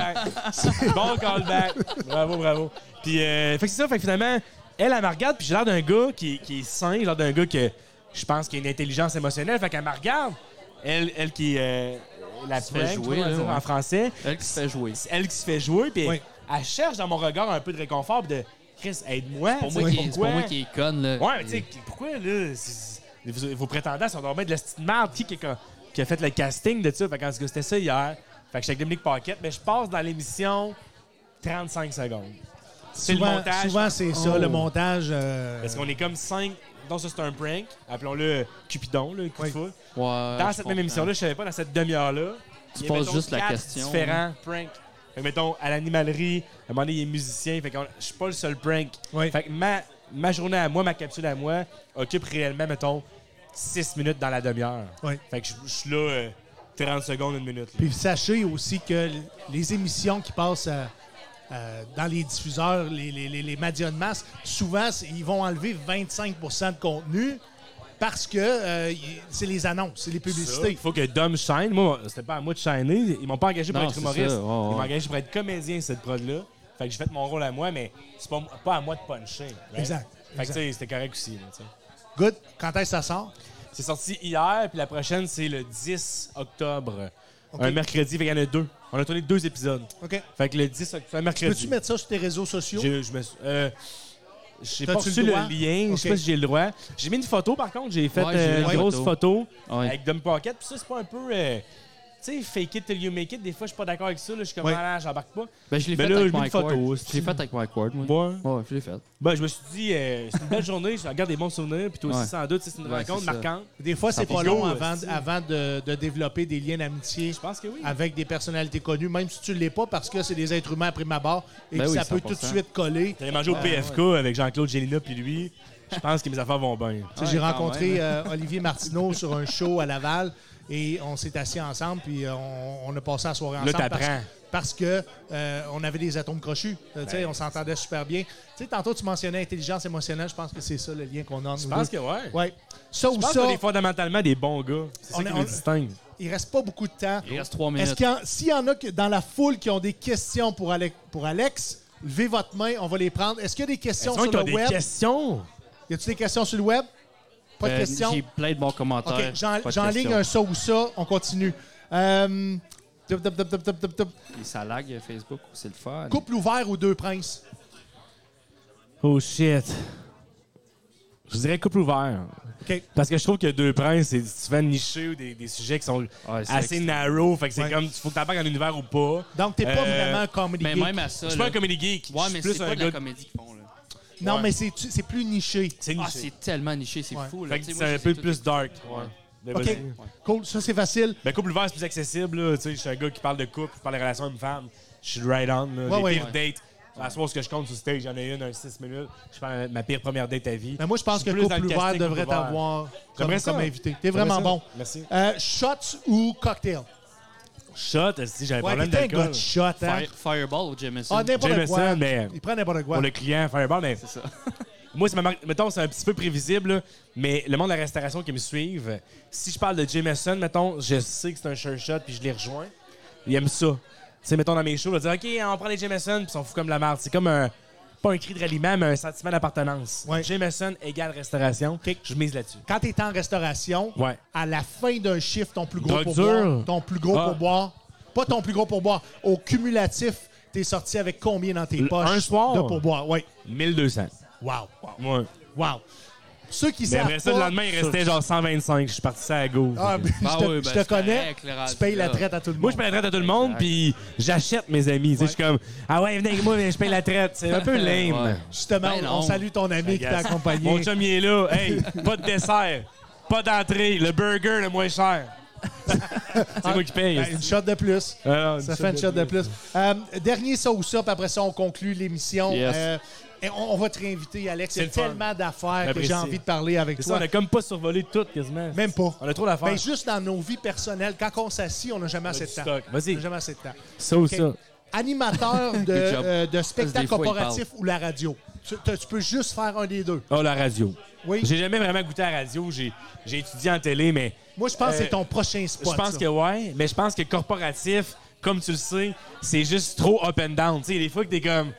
callback! bon callback! Bravo, bravo. Puis, euh, fait que c'est ça, fait que finalement, elle, elle me regarde, puis j'ai l'air d'un gars qui, qui est sain, j'ai l'air d'un gars que je pense qu'il a une intelligence émotionnelle, fait qu'elle me regarde. Elle, elle qui euh, la se fait prank, jouer, je sais pas comment là, dire ouais. en français. Elle qui se fait jouer. C'est elle qui se fait jouer, puis Oui. elle cherche dans mon regard un peu de réconfort, puis de Chris, aide-moi. Pour tu sais, moi, qui est- c'est pourquoi? pour moi qui est conne. Là. Ouais, mais tu sais, pourquoi, là? c'est- Vos, vos prétendants sont dormés de la petite merde. Qui, qui, qui a- qui a fait le casting de ça? Fait qu'en tout cas, c'était ça hier. Fait que j'étais avec Dominique Paquette, mais je passe dans l'émission 35 secondes. C'est le Souvent- montage. Souvent, c'est ça, Oh. le montage. euh, Parce qu'on est comme 5. Donc, ça, c'est un prank. Appelons-le Cupidon, le coup Oui. de foudre. Ouais, Dans Ah, je cette même comprends. émission-là, je savais pas, dans cette demi-heure-là. Tu il y a, poses mettons, juste la quatre question, différents pranks. Fait que, mettons, à l'animalerie, à un moment donné, il est musicien. Fait que on- je suis pas le seul prank. Oui. Fait que ma, ma journée à moi, ma capsule à moi, occupe réellement, mettons, 6 minutes dans la demi-heure. Oui. Fait que je je suis là euh, 30 secondes, une minute. là. Puis sachez aussi que l- les émissions qui passent à- à- dans les diffuseurs, les, les, les- les médias de masse, souvent, c'est- ils vont enlever 25 de contenu parce que euh, y- c'est les annonces, c'est les Ça, Il publicités. faut que Dom shine. Moi, c'était pas à moi de shiner. Ils m'ont pas engagé pour Non, être c'est humoriste. ça, ouais, ouais. Ils m'ont engagé pour être comédien, cette prod-là. Fait que j'ai fait mon rôle à moi, mais c'est pas, pas à moi de puncher. right? Exact, Fait que exact. tu sais, c'était correct aussi. là, tu sais. Good. Quand est-ce que ça sort? C'est sorti hier, puis la prochaine, c'est le 10 octobre. Ok. Un mercredi, fait qu'il y en a deux. On a tourné deux épisodes. OK. Fait que le 10 octobre, un mercredi. Peux-tu mettre ça sur tes réseaux sociaux? J'ai- je me suis- euh, j'ai pas T'as-tu reçu le le, droit? lien, je sais Ok. pas si j'ai le droit. J'ai mis une photo, par contre. J'ai fait Ouais, euh, j'ai une vu la grosse photo. photo Ouais. avec Dumb Pocket. Puis ça, c'est pas un peu... euh, tu sais, fake it till you make it. Des fois, je suis pas d'accord avec ça. là. Je suis comme, Ouais. ah, là, j'embarque pas. Ben, je l'ai Ben fait, là, avec j'ai mis une Mike photo Ward. aussi. Je l'ai fait avec Mike Ward, moi. Moi, Ouais, je l'ai fait. ben, je me suis dit, euh, c'est une belle journée. Je garde des bons souvenirs. Puis toi aussi, Ouais. sans doute, tu sais, c'est une Ouais, rencontre c'est ça. marquante. Des fois, c'est Ça pas fait go, long avant, aussi. avant de, de développer des liens d'amitié Je pense que oui. avec des personnalités connues, même si tu ne l'es pas, parce que c'est des êtres humains à prime abord et Ben que oui, ça peut tout de 100%. suite coller. T'allais manger au PFK avec Jean-Claude Gélina puis lui. Je pense que mes affaires vont bien. Tu sais, Ouais, J'ai quand rencontré même. euh, Olivier Martineau sur un show à Laval et on s'est assis ensemble puis euh, on, on a passé la soirée Là, ensemble parce, t'apprends. parce que euh, on avait des atomes crochus. Euh, tu Ben. sais, on s'entendait super bien. Tu sais, tantôt, tu mentionnais intelligence émotionnelle. Je pense que c'est ça le lien qu'on a. Je pense que ouais. Oui. Ça Je ou pense ça, qu'on est fondamentalement des bons gars. C'est On ça est- qui on- nous distingue. il reste pas beaucoup de temps. Il reste trois Est-ce minutes. qu'il y en- s'il y en a que- dans la foule qui ont des questions pour Alex, pour Alex levez votre main, on va les prendre. Est-ce qu'il y a des questions Est-ce sur qu'on a le des web? questions? Y a-t-il des questions sur le web? Pas de Euh, questions? J'ai plein de bons commentaires. OK, j'en- Pas de j'enligne questions. un ça ou ça, on continue. Euh, dup, dup, dup, dup, dup, dup, dup. Et Ça lag euh, Facebook, c'est le fun. Couple ouvert ou deux princes? Oh shit. Je dirais couple ouvert. OK. Parce que je trouve que deux princes, c'est souvent niché ou des, des sujets qui sont Ouais, c'est assez extrême. narrow. Fait que c'est Ouais. comme, faut que t'embarques dans l'univers ou pas. Donc, t'es pas Euh, vraiment un comedy Mais geek. même à ça. Je suis pas là. un comédie geek. Ouais, je mais suis c'est plus pas de un la gars. comédie qu'ils font. Là. Non, ouais. mais c'est tu- c'est plus niché. C'est Ah, niché. c'est tellement niché, c'est Ouais. fou. Là. Tu Fait que sais, c'est moi, un je peu sais plus tout- dark. Ouais. Ben, OK. vas-y. Cool, ça, c'est facile. Ben, couple ouvert, c'est plus accessible. là. Tu sais, je suis un gars qui parle de couple, je parle de relations homme-femme. Je suis right on. Là. Ouais, Les ouais. pires dates. À ce moment ce que je compte sur stage, j'en ai une, un 6 minutes. Je parle de ma pire première date à vie. Mais Ben, moi, je pense suis que plus dans Couple le ouvert casting devrait Couple ouvert. t'avoir comme, J'aimerais ça. comme invité. T'es J'aimerais vraiment ça. bon. Merci. Euh, shots ou cocktail? Shot, si j'avais Ouais, problème t'es un gars d'alcool. de shot, hein? Fire- Fireball ou Jameson. Ah, n'importe Jameson, quoi. mais- Il prend n'importe quoi. Pour le client, Fireball, mais C'est ça. moi, c'est ma marque. Mettons, c'est un petit peu prévisible, là, mais le monde de la restauration qui me suivent, si je parle de Jameson, mettons, je sais que c'est un sure shot puis je les rejoins. Ils aiment ça. Tu sais, mettons dans mes shows, ils vont dire OK, on prend les Jameson puis ils sont fous comme la merde. C'est comme un. Pas un cri de ralliement, mais un sentiment d'appartenance. Ouais. Jameson égale restauration. Je mise là-dessus. Quand t'es en restauration, Ouais. à la fin d'un chiffre, ton plus gros Drogue pourboire, dure. ton plus gros Ah. pourboire, pas ton plus gros pourboire, au cumulatif, t'es sorti avec combien dans tes Le- poches un soir? de pourboire? Oui. 1200. Wow, wow, Ouais. wow. Ceux qui Mais savent après ça, le pas- lendemain, il restait genre 125. Je suis parti ça à gauche. Ah, mais Ben je te, oui, ben je te c'est connais, correct, le rendu tu payes la là. traite à tout le Moi, monde. je paye la traite à tout le monde, puis j'achète mes amis. Tu sais, Je suis comme, ah ouais, venez avec moi, mais je paye la traite. C'est un peu lame. Ouais. Justement, Ben on non. salue ton ami qui t'a Yes. accompagné. Mon chum, il est là. Hey, pas de dessert, pas d'entrée, le burger le moins cher. C'est moi qui paye. Ben, une shot de plus. Ah, non, Ça fait une shot de plus. Euh, dernier ça ou ça, puis après ça, on conclut l'émission. Yes. Euh, et on, on va te réinviter, Alex. Il y a le fun. tellement d'affaires que J'apprécie. j'ai envie de parler avec C'est ça, toi. on a comme pas survolé tout quasiment. Même pas. On a trop d'affaires. Ben, juste dans nos vies personnelles, quand on s'assit, on n'a jamais assez du de temps. stock. On Vas-y. n'a jamais assez de temps. Ça ou OK. Animateur de, Good job. euh, de Parce spectacle que des fois, il corporatif ou la radio. Tu, tu- tu peux juste faire un des deux. Oh, la radio. Oui. J'ai jamais vraiment goûté à la radio. J'ai j'ai étudié en télé, mais Moi, je pense que Euh, c'est ton prochain Je spot. pense ça. que ouais, mais je pense que corporatif, comme tu le sais, c'est juste trop up and down. Tu sais, des fois que t'es comme.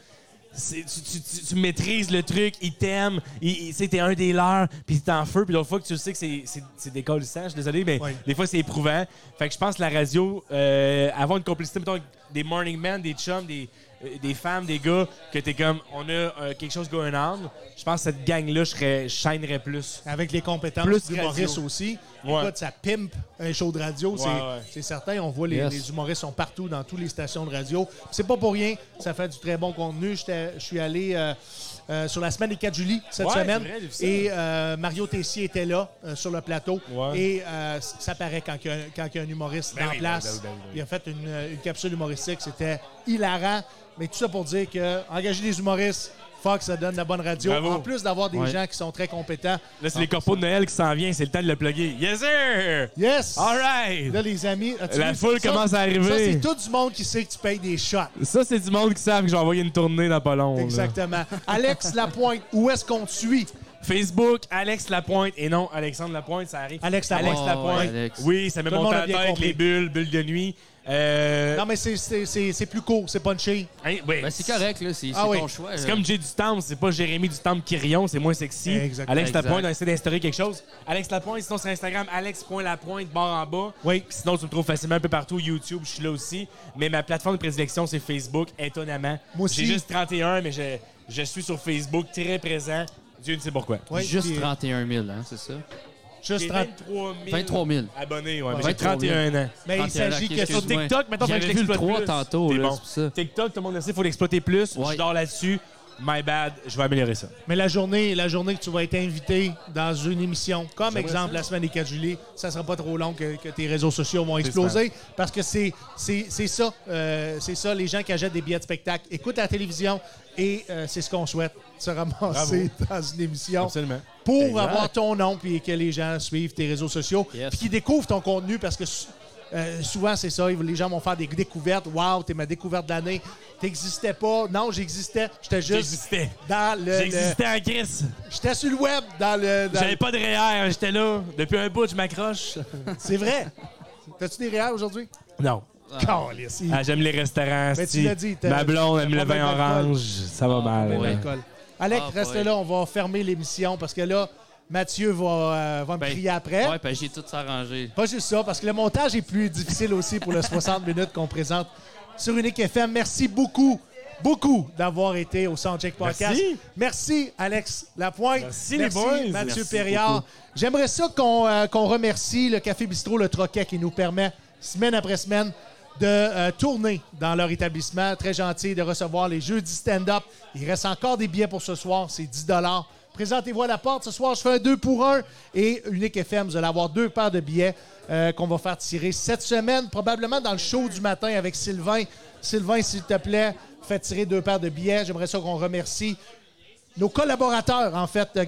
c'est- Tu, tu- tu- tu maîtrises le truc, ils t'aiment, ils- ils- tu sais, t'es un des leurs, puis t'es en feu, puis d'autres fois que tu sais que c'est- c'est c'est des colissants, je suis désolé, mais Ouais. des fois c'est éprouvant. Fait que je pense que la radio, euh, avoir une complicité, mettons, avec des morning men, des chums, des, euh, des femmes, des gars, que t'es comme, on a euh, quelque chose going on. Je pense que cette gang-là, je serais- je shinerais plus. Avec les compétences Plus du d'humoristes radio. aussi. Ouais. Écoute, ça pimpe un show de radio, c'est ouais. c'est certain. On voit les, Yes. les humoristes sont partout dans toutes les stations de radio. Puis C'est pas pour rien, ça fait du très bon contenu. J'étais- Je suis allé euh, euh, sur la semaine des 4 juillet cette Ouais, semaine. c'est vrai, difficile. et euh, Mario Tessier était là euh, sur le plateau. Ouais. Et euh, ça paraît quand il y a, quand il y a un humoriste Ben en oui, ben place. oui, ben oui, ben oui. Il a fait une, euh, une capsule humoristique, c'était hilarant. Mais tout ça pour dire que engager des humoristes, Fox, ça donne la bonne radio. Bravo. En plus d'avoir des Ouais. gens qui sont très compétents. Là, c'est les corpos de Noël qui s'en viennent, c'est le temps de le plugger. Yes, sir! Yes! All right! Là, les amis, as-tu La vu- foule ça, commence à arriver. Ça, c'est tout du monde qui sait que tu payes des shots. Ça, c'est du monde qui savent que j'ai envoyé une tournée dans pas long. là. Exactement. Alex Lapointe, où est-ce qu'on te suit? Facebook, Alex Lapointe. Et non, Alexandre Lapointe, ça arrive. Alex Lapointe. Alex Lapointe. Oh, ouais, Alex. Oui, ça met Tout le mon monde a temps bien avec compris. les bulles, bulles de nuit. Euh, Non, mais c'est- c'est c'est- c'est plus court, c'est punchy. hein, oui. Ben, c'est correct, là. C'est Ah c'est oui. ton choix. C'est là. comme Jay du Temple, c'est pas Jérémy du Temple Quirion, c'est moins sexy. Exact. Alex Exact. Lapointe, on essaie d'instaurer quelque chose. Alex Lapointe, sinon sur Instagram, alex.lapointe, barre en bas. Oui. Sinon, tu me trouves facilement un peu partout. YouTube, je suis là aussi. Mais ma plateforme de prédilection, c'est Facebook, étonnamment. Moi aussi. J'ai juste 31, mais je, je suis sur Facebook, très présent. Dieu ne sait pourquoi. Ouais, Juste puis- 31 000, hein, c'est ça? Juste J'ai 30. 23 000, 23 000. abonnés, ouais. mais J'ai 23 000. 31 ans. Mais il 31, s'agit ok, que excuse-moi. Sur TikTok, maintenant, faut que J'avais je vu le l'exploite 3 plus. tantôt, C'est là, bon. c'est pour ça. TikTok, tout le monde le sait, il faut l'exploiter plus. Ouais. Je dors là-dessus. My bad, je vais améliorer ça. Mais la journée, la journée que tu vas être invité dans une émission, comme J'aimerais exemple ça. la semaine des 4 juillet, ça sera pas trop long que, que tes réseaux sociaux vont exploser parce que c'est c'est c'est ça, euh, c'est ça les gens qui achètent des billets de spectacle écoutent la télévision et euh, c'est ce qu'on souhaite se ramasser dans une émission Absolument. pour Exact. avoir ton nom puis que les gens suivent tes réseaux sociaux Yes. puis qu'ils découvrent ton contenu parce que sou- euh, souvent c'est ça ils- les gens vont faire des découvertes waouh t'es ma découverte de l'année t'existais pas non j'existais j'étais juste Euh, J'existais. dans le- le J'existais en crise. J'étais sur le web dans le. dans- J'avais pas de REER, j'étais là. Depuis un bout, je m'accroche. C'est vrai. T'as-tu des réels aujourd'hui? Non. Calisse, il- Ah, j'aime les restaurants. Mais sti. tu l'as dit, t'as- Ma blonde aime t'as pas le vin bien d'alcool. Ah, orange. Ça va mal. hein. Bon là. alcool. Alex, Ah, reste boy. là, on va fermer l'émission parce que là, Mathieu va, euh, va me Ben, crier Eh? après. Ouais, ben j'ai tout arrangé. Pas juste ça, parce que le montage est plus difficile aussi pour le 60 minutes qu'on présente sur Unique FM. Merci beaucoup, beaucoup d'avoir été au Soundcheck Podcast. Merci. Merci, Alex Lapointe. Merci, les boys. Mathieu Merci Perriard. J'aimerais ça qu'on euh, qu'on remercie le Café Bistrot Le Troquet qui nous permet, semaine après semaine, de euh, tourner dans leur établissement. Très gentil de recevoir les jeudis stand-up. Il reste encore des billets pour ce soir, c'est 10 Présentez-vous à la porte. Ce soir, je fais un 2 pour 1 et Unique FM, vous allez avoir deux paires de billets euh, qu'on va faire tirer cette semaine, probablement dans le show du matin avec Sylvain. Sylvain, s'il te plaît, fais tirer deux paires de billets. J'aimerais ça qu'on remercie nos collaborateurs, en fait, de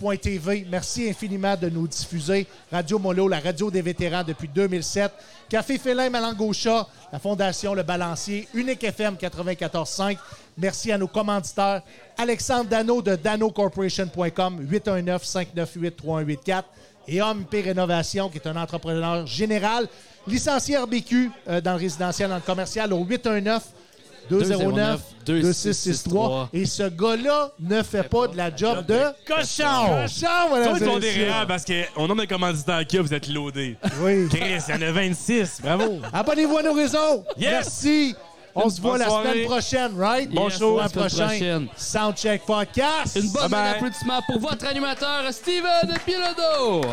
Gatineau.tv, merci infiniment de nous diffuser. Radio Molo, la radio des vétérans depuis 2007. Café Félin Malangocha, la Fondation Le Balancier, Unique FM 94.5. Merci à nos commanditaires. Alexandre Dano de danocorporation.com, 819-598-3184. Et Homme P Rénovation, qui est un entrepreneur général, licencié RBQ euh, dans le résidentiel, dans le commercial, au 819-209-2663. 2663. Et ce gars-là ne fait pas de la job de Cochon! cochon, Toi, mesdames ton et messieurs. REER, parce qu'on nombre de commanditaires qu'il y a, vous êtes loadés. Oui. Chris, il y en a 26. Bravo. Abonnez-vous à nos réseaux. Yes. Merci. On se voit bonne la soirée. semaine prochaine, right? Yes, Bonjour. la la semaine prochain prochaine. Soundcheck Podcast. Une bonne Bye bye. applaudissement pour votre animateur, Steven Bilodeau.